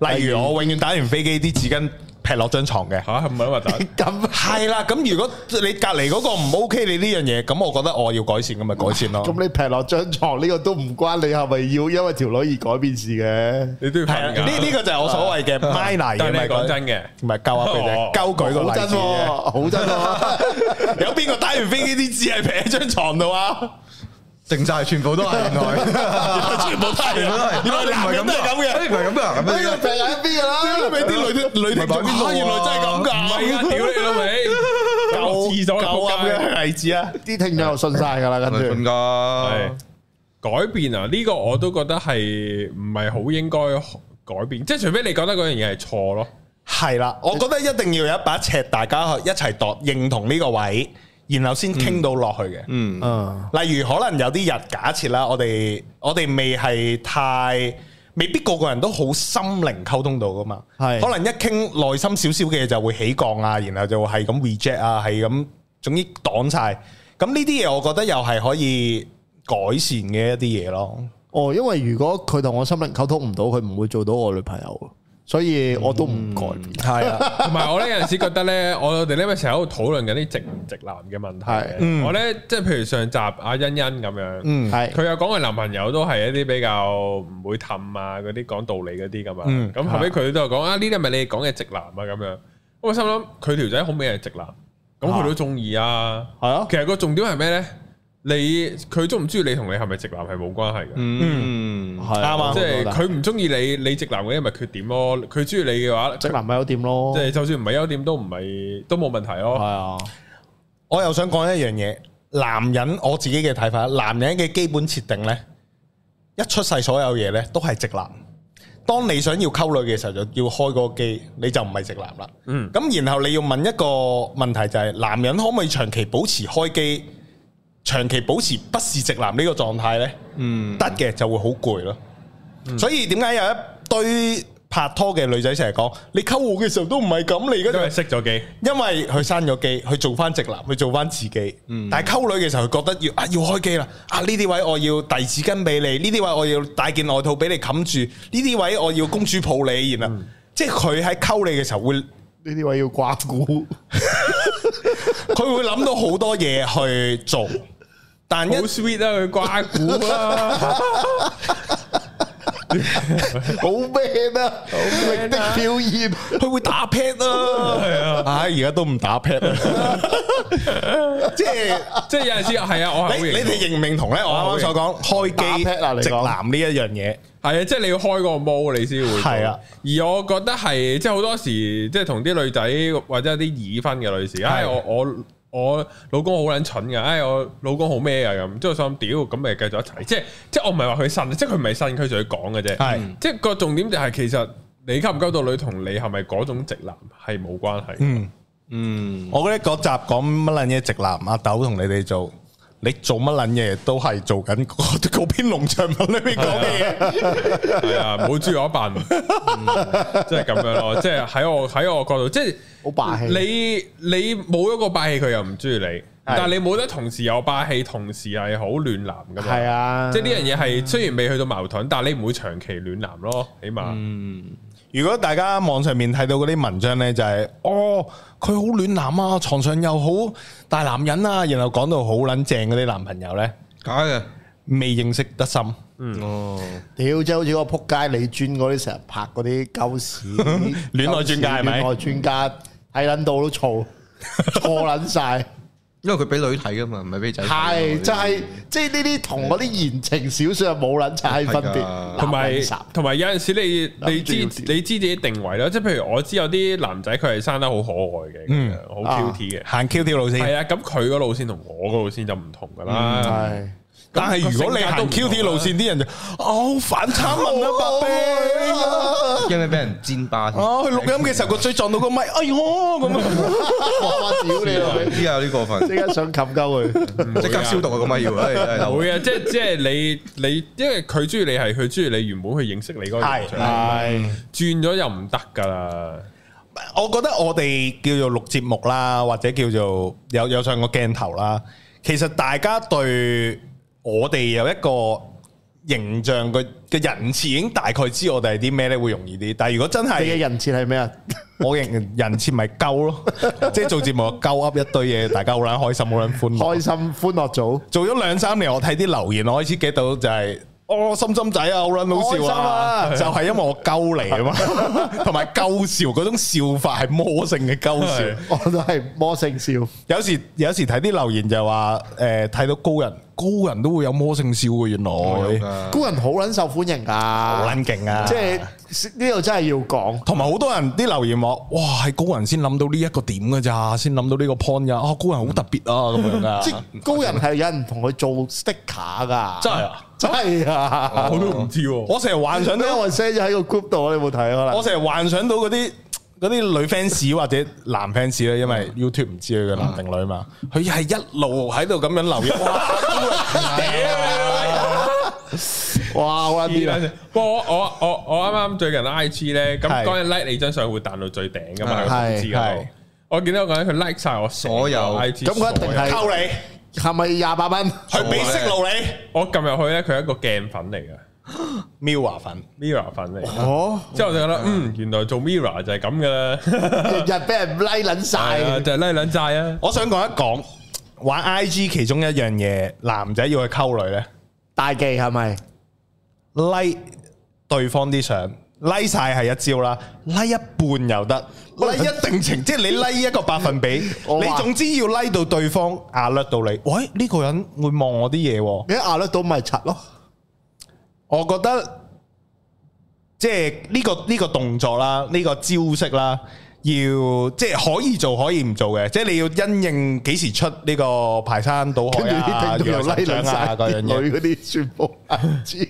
Speaker 3: 例如我永遠打完飛機啲紙巾劈落張床嘅，
Speaker 1: 吓，唔係核突。
Speaker 4: 咁
Speaker 3: 係啦。咁如果你隔離嗰個唔 OK 你呢樣嘢，咁我覺得我要改善，咁咪改善咯。
Speaker 4: 咁你劈落張床呢個都唔關你係咪要因為條女而改變事嘅。
Speaker 1: 你都要
Speaker 3: 係啦，
Speaker 1: 瞓㗎。
Speaker 3: 呢呢個就係啊我所謂嘅 minor 嘢，
Speaker 1: 但係你係
Speaker 3: 咪
Speaker 1: 講真嘅，
Speaker 3: 唔係鳩下啊佢
Speaker 1: 哦
Speaker 3: 啫，鳩舉個
Speaker 4: 好
Speaker 3: 例
Speaker 4: 真
Speaker 3: 子
Speaker 4: 喎，
Speaker 3: 啫。
Speaker 4: 好真 喎，
Speaker 3: 有邊個打完飛機啲紙係劈喺張床度啊？
Speaker 2: 剩晒全部都係原來，
Speaker 3: 全部都係，啊
Speaker 2: 原來
Speaker 3: 原來
Speaker 2: 你唔
Speaker 3: 男
Speaker 2: 係
Speaker 3: 人
Speaker 2: 咁
Speaker 3: 都係咁嘅
Speaker 2: 嘅，。唔係咁啊，咁
Speaker 4: 呢個
Speaker 2: 樣
Speaker 4: 劈喺邊㗎啦？
Speaker 3: 俾啲女女女聽眾
Speaker 2: 唔係擺邊度
Speaker 3: 啊
Speaker 2: 啊
Speaker 3: 原來真係
Speaker 1: 唔
Speaker 3: 咁噶，
Speaker 1: 係啊！屌你老味，
Speaker 3: 舊
Speaker 1: 舊廁所
Speaker 3: 舊
Speaker 1: 咁嘅。
Speaker 3: 嘅例子啊！
Speaker 4: 啲聽眾又信晒㗎啦，
Speaker 2: 咪
Speaker 4: 跟
Speaker 2: 信
Speaker 4: 住
Speaker 1: 係
Speaker 2: 噶，
Speaker 1: 改變啊！呢個我都覺得係唔係好應該改變，即係除非你覺得嗰樣嘢係錯咯。
Speaker 3: 係啦，我覺得一定要有一把尺，大家一齊度認同呢個位，然後先傾到落去嘅。
Speaker 2: 嗯，
Speaker 4: 嗯，
Speaker 3: 例如可能有啲人假設啦，我哋我哋未係太，未必個個人都好心靈溝通到噶嘛。
Speaker 4: 係
Speaker 3: 可能一傾內心少少嘅嘢就會起降啊，然後就係咁 reject 啊，係咁，總之擋晒。咁呢啲嘢我覺得又係可以改善嘅一啲嘢咯。
Speaker 4: 哦，因為如果佢同我心靈溝通唔到，佢唔會做到我女朋友，所以我都唔改變。
Speaker 3: 係啊。
Speaker 1: 同埋我咧有陣時覺得咧，我哋呢咪成日喺度討論緊啲直唔直男嘅問題
Speaker 4: 係
Speaker 1: 嘅。我咧即係譬如上集阿欣欣咁樣，
Speaker 3: 嗯，
Speaker 4: 係
Speaker 1: 佢又講佢男朋友都係一啲比較唔會氹啊嗰啲講道理嗰啲噶嘛。
Speaker 3: 嗯
Speaker 1: 咁後尾佢都有講啊，呢啲係咪你哋講嘅直男啊咁樣。我心諗佢條仔好明係直男，咁佢都中意啊。
Speaker 4: 係啊，
Speaker 1: 其實個重點係咩咧？你佢中唔中意你同你係咪直男係冇關係嘅。
Speaker 2: 嗯，
Speaker 4: 係
Speaker 3: 啱啊
Speaker 1: 即係
Speaker 4: 我覺得
Speaker 1: 佢唔中意你，你直男嗰啲咪缺點咯。佢中意你嘅話，
Speaker 3: 哦
Speaker 4: 直男咪有點咯，
Speaker 1: 即係就算唔係優點都唔係都冇問題咯
Speaker 4: 係。啊，
Speaker 3: 我又想講一樣嘢，男人我自己嘅睇法，男人嘅基本設定呢，一出世所有嘢呢都係直男，當你想要溝女嘅時候，就要開嗰個機，你就唔係直男啦。嗯，咁然後你要問一個問題就係、男人可唔可以長期保持開機，長期保持不是直男呢個狀態呢？嗯，得嘅就會好攰咯。所以點解有一堆拍拖嘅女仔成日講，你溝我嘅時候都唔係咁，你而家
Speaker 1: 因
Speaker 3: 就
Speaker 1: 為熄咗機，
Speaker 3: 因為佢閂咗機，佢做翻直男，佢做翻自己。但係溝女嘅時候，佢覺得要啊要開機啦，啊呢啲位我要遞紙巾俾你，呢啲位我要帶件外套俾你冚住，呢啲位我要公主抱你，然後、即係佢喺溝你嘅時候會，
Speaker 4: 呢啲位要掛股，
Speaker 3: 佢會諗到好多嘢去做，但一
Speaker 1: 好 sweet 啊，佢刮鼓 啦，
Speaker 4: 好 man 啊，力的表現。
Speaker 3: 佢會打 pat 啦，係啊，唉而家都唔打 pat 啦，即係。
Speaker 1: 即係有陣時係啊，我係好
Speaker 3: 你你
Speaker 1: 型
Speaker 3: 哋認唔認同咧？我啱啱所講開機
Speaker 4: 打 pat 啊你講
Speaker 3: 直男呢一樣嘢，
Speaker 1: 係啊，即係你要開個毛你先會做
Speaker 3: 係啊。
Speaker 1: 而我覺得係即係好多時，即係同啲女仔或者有啲已婚嘅女士，
Speaker 3: 啊
Speaker 1: 唉，我我我老公好撚蠢㗎，唉，我老公好咩啊咁，即係我心諗屌，咁咪繼續一齊。即係即係我唔係話佢呻，即係佢唔係呻，佢就係講嘅啫。
Speaker 3: 係
Speaker 1: 即係個重點就係其實你溝唔溝到女同你係咪嗰種直男係冇關係。
Speaker 3: 嗯。
Speaker 2: 嗯，
Speaker 3: 我覺得嗰集講乜撚嘢直男阿豆同你哋做，你做乜撚嘢都係做緊嗰嗰篇農場文裏面講嘅嘢。
Speaker 1: 係啊，冇住我 笨，嗯即係咁樣咯。即係喺我喺我角度，即係
Speaker 4: 好霸氣
Speaker 1: 你你冇一個霸氣，佢又唔中意你。但係你冇得同時有霸氣，同時係好暖男噶嘛。
Speaker 4: 係啊，
Speaker 1: 即係呢樣嘢係雖然未去到矛盾，但係你唔會長期暖男咯，起
Speaker 4: 嗯
Speaker 1: 碼
Speaker 3: 如果大家網上面睇到嗰啲文章呢，就係、哦，佢好暖男啊，床上又好大男人啊，然後講到好撚正嗰啲男朋友呢，
Speaker 2: 假嘅，
Speaker 3: 未認識得深。
Speaker 1: 嗯
Speaker 2: 哦，
Speaker 4: 屌，即係好似嗰個撲街李專嗰啲成日拍嗰啲鳩屎
Speaker 3: 戀愛專家係咪
Speaker 4: 戀愛專家睇撚到都燥，錯撚晒，
Speaker 2: 因為佢俾女睇噶嘛，唔係俾仔睇㗎嘛。
Speaker 4: 係就係即係呢啲同嗰啲言情小說係冇撚晒分
Speaker 2: 係㗎
Speaker 4: 別，
Speaker 1: 同埋
Speaker 4: 垃圾
Speaker 1: 同埋有陣時你你知
Speaker 4: 諗
Speaker 1: 你
Speaker 4: 住
Speaker 1: 知
Speaker 4: 要
Speaker 1: 自己定位啦。即係譬如我知有啲男仔佢係生得好可愛嘅，咁樣
Speaker 4: 啊
Speaker 1: 好 cute 嘅。
Speaker 3: 行 Q Q 路
Speaker 1: 係
Speaker 3: 線，
Speaker 1: 啊，咁佢個路線同我個路線就唔同噶啦。
Speaker 4: 嗯 係
Speaker 3: 但係如果你
Speaker 1: 個性格都
Speaker 3: 行
Speaker 1: 唔
Speaker 3: Q T 路線，啲人就哦反差文啊，白兵
Speaker 2: 因為俾人煎巴先。
Speaker 3: 哦，佢錄音嘅時候個嘴撞到個咪，哎呦咁啊！
Speaker 4: 哇！屌你老味，
Speaker 2: 啲啊，有啲過分，
Speaker 4: 即刻想冚鳩佢，
Speaker 2: 即刻消毒啊！咁咪要，唉真 係
Speaker 1: 會啊，即係即係你你，因為佢中意你係佢中意你原本去認識你嗰個形象，
Speaker 4: 係
Speaker 1: 轉咗又唔得噶啦。
Speaker 3: 我覺得我哋叫做錄節目啦，或者叫做有有上個鏡頭啦。其實大家對我哋有一個形象嘅嘅人設，已經大概知我哋係啲咩咧，會容易啲。但係如果真
Speaker 4: 你嘅
Speaker 3: 係
Speaker 4: 人設係咩啊？
Speaker 3: 我形人設咪鳩咯， 即係做節目就鳩噏一堆嘢，大家好撚開心，好撚歡樂。
Speaker 4: 開心歡樂組，
Speaker 3: 做咗兩三年，我睇啲留言，我開始 get 到就係、哦，心心仔啊，好撚好笑啊！就係因為我鳩嚟啊嘛，同埋鳩笑嗰種笑法係魔性嘅鳩笑
Speaker 1: 係。
Speaker 4: 我都係魔性笑，
Speaker 3: 有時有時睇啲留言就話誒睇到高人，高人都會有魔性笑嘅，原來
Speaker 2: À.
Speaker 3: 好
Speaker 4: 高人好撚受歡迎㗎，
Speaker 3: 撚勁啊！
Speaker 4: 即係呢度真係要講。
Speaker 3: 同埋好多人啲留言話，哇係高人先諗到呢一個點㗎咋，先諗到呢個 point 㗎，啊高人好特別啊咁樣
Speaker 4: 即
Speaker 3: 㗎，
Speaker 4: 係高人係有人同佢做 sticker 噶，
Speaker 3: 真係啊！
Speaker 4: 真係啊！
Speaker 1: 我都唔知喎，
Speaker 3: 我成日幻想
Speaker 4: 咁
Speaker 3: 到
Speaker 4: 樣。我 send 咗喺個 group 度，你有冇睇可能
Speaker 3: 我？成日幻想到嗰啲嗰啲女 fans 或者男 fans 咧，因為 YouTube 唔知佢嘅男定女嘛，佢係一路喺度咁樣留言，哇！
Speaker 4: 哇！好撚癲啊！
Speaker 1: 不過我我我我啱啱最近 I G 咧，咁
Speaker 3: 係
Speaker 1: 嗰日 like 你張相會彈到最頂噶嘛，個
Speaker 2: 係
Speaker 1: 通知嗰
Speaker 3: 係
Speaker 1: 度。我見到個人佢 like 晒我所
Speaker 2: 所
Speaker 1: 有
Speaker 2: 有
Speaker 1: I G，
Speaker 4: 咁佢一定係
Speaker 3: 溝你，
Speaker 4: 係咪廿八蚊？
Speaker 3: 佢俾息路你，
Speaker 1: 我撳入去咧，佢係一個鏡粉嚟嘅
Speaker 3: 喵華粉，
Speaker 1: Mirror 粉嚟嘅。
Speaker 4: 哦，
Speaker 1: 之後我就覺得嗯，原來做 Mirror 就係咁噶啦，
Speaker 4: 日日俾人拉撚
Speaker 1: 係啊
Speaker 4: 晒，
Speaker 1: 就係拉撚債啊。
Speaker 3: 我想講一講玩 IG 其中一樣嘢，男仔要去溝女咧
Speaker 4: 大忌係咪？
Speaker 3: ，like 對方啲相。拉晒係一招啦，拉一半又得，拉一定程，即係你拉一個百分比，
Speaker 4: 我
Speaker 3: 你
Speaker 4: 話
Speaker 3: 總之要拉到對方壓略到你，喂呢、個人會望我啲嘢喎，
Speaker 4: 你一壓得到咪柒咯？
Speaker 3: 我覺得即係呢、個呢、個動作啦，呢、個招式啦，要即係可以做可以唔做嘅，即係你要因應幾時出呢個排山倒
Speaker 4: 跟住
Speaker 3: 海啊
Speaker 4: 啲聽眾又拉
Speaker 3: 魚
Speaker 4: 撚
Speaker 3: 來神掌啊
Speaker 4: 晒
Speaker 3: 嗰
Speaker 4: 啲
Speaker 3: 樣嘢。
Speaker 4: 女嗰啲全部唔知。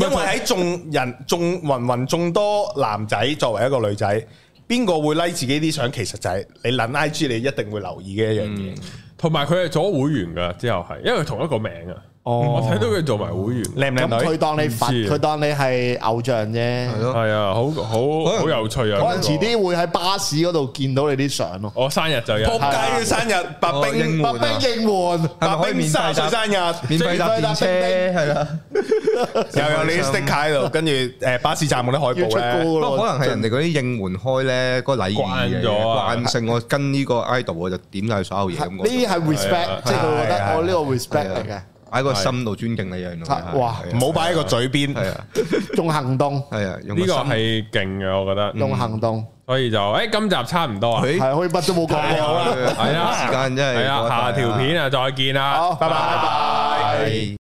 Speaker 3: 因為喺眾人眾芸芸眾多男仔作為一個女仔，邊個會 like 自己啲相？其實就係你撚 I G，你一定會留意嘅一樣嘢。
Speaker 1: 同埋佢係做咗會員噶，之後係因為同一個名啊，我睇到佢做埋會員，
Speaker 3: 靚唔
Speaker 4: 咁
Speaker 3: 靚
Speaker 4: 佢
Speaker 3: 女？
Speaker 4: 當你佛，
Speaker 1: 唔知啊
Speaker 4: 佢當你係偶像啫。
Speaker 2: 係咯。
Speaker 1: 係啊，好好好有趣啊！
Speaker 4: 可能
Speaker 1: 嗰
Speaker 4: 遲
Speaker 1: 個
Speaker 4: 啲會喺巴士嗰度見到你啲相咯。
Speaker 1: 我生日就有，
Speaker 3: 仆街嘅生日，白
Speaker 2: 哦英
Speaker 3: 冰
Speaker 2: 妹
Speaker 4: 白兵應援，
Speaker 2: 係咪
Speaker 3: 白
Speaker 2: 可以
Speaker 3: 冰
Speaker 2: 免
Speaker 3: 三
Speaker 2: 費
Speaker 3: 十歲
Speaker 2: 搭
Speaker 3: 生日，
Speaker 2: 免費搭電車係啦？
Speaker 3: 又有你啲 sticker 喺度，跟住誒巴士站嗰啲海
Speaker 4: 要
Speaker 3: 報
Speaker 4: 出
Speaker 3: 咧。
Speaker 4: 高
Speaker 2: 不過
Speaker 4: 咯。
Speaker 2: 可能係人哋嗰啲應援開咧，嗰個禮儀
Speaker 1: 慣咗啊
Speaker 2: 慣性我跟呢個 idol 我就點晒所有嘢咁
Speaker 4: 呢
Speaker 1: 係
Speaker 2: 嗰
Speaker 4: 啲係
Speaker 1: 啊
Speaker 4: respect，即係佢覺
Speaker 3: 係啊
Speaker 4: 得我呢個
Speaker 2: 種
Speaker 4: Ờ, respect 嚟嘅，
Speaker 2: 喺個心度尊敬你樣
Speaker 4: 係
Speaker 2: 咯。
Speaker 4: 哇
Speaker 2: 係啊
Speaker 3: 唔好擺喺個嘴邊，
Speaker 2: 係啊，
Speaker 4: 用行動，
Speaker 2: 係啊，用
Speaker 1: 呢個
Speaker 2: 個心
Speaker 1: 係勁嘅，我覺得，
Speaker 4: 用行動
Speaker 1: 所以就誒今集差唔多啊，
Speaker 2: 佢
Speaker 4: 係可以乜都冇
Speaker 3: 太好
Speaker 4: 講。
Speaker 3: 啦
Speaker 2: 係啊，時間真係
Speaker 1: 係啊，
Speaker 2: 過得快
Speaker 1: 下條片啊，再見啦，
Speaker 4: 好，拜拜。
Speaker 2: 係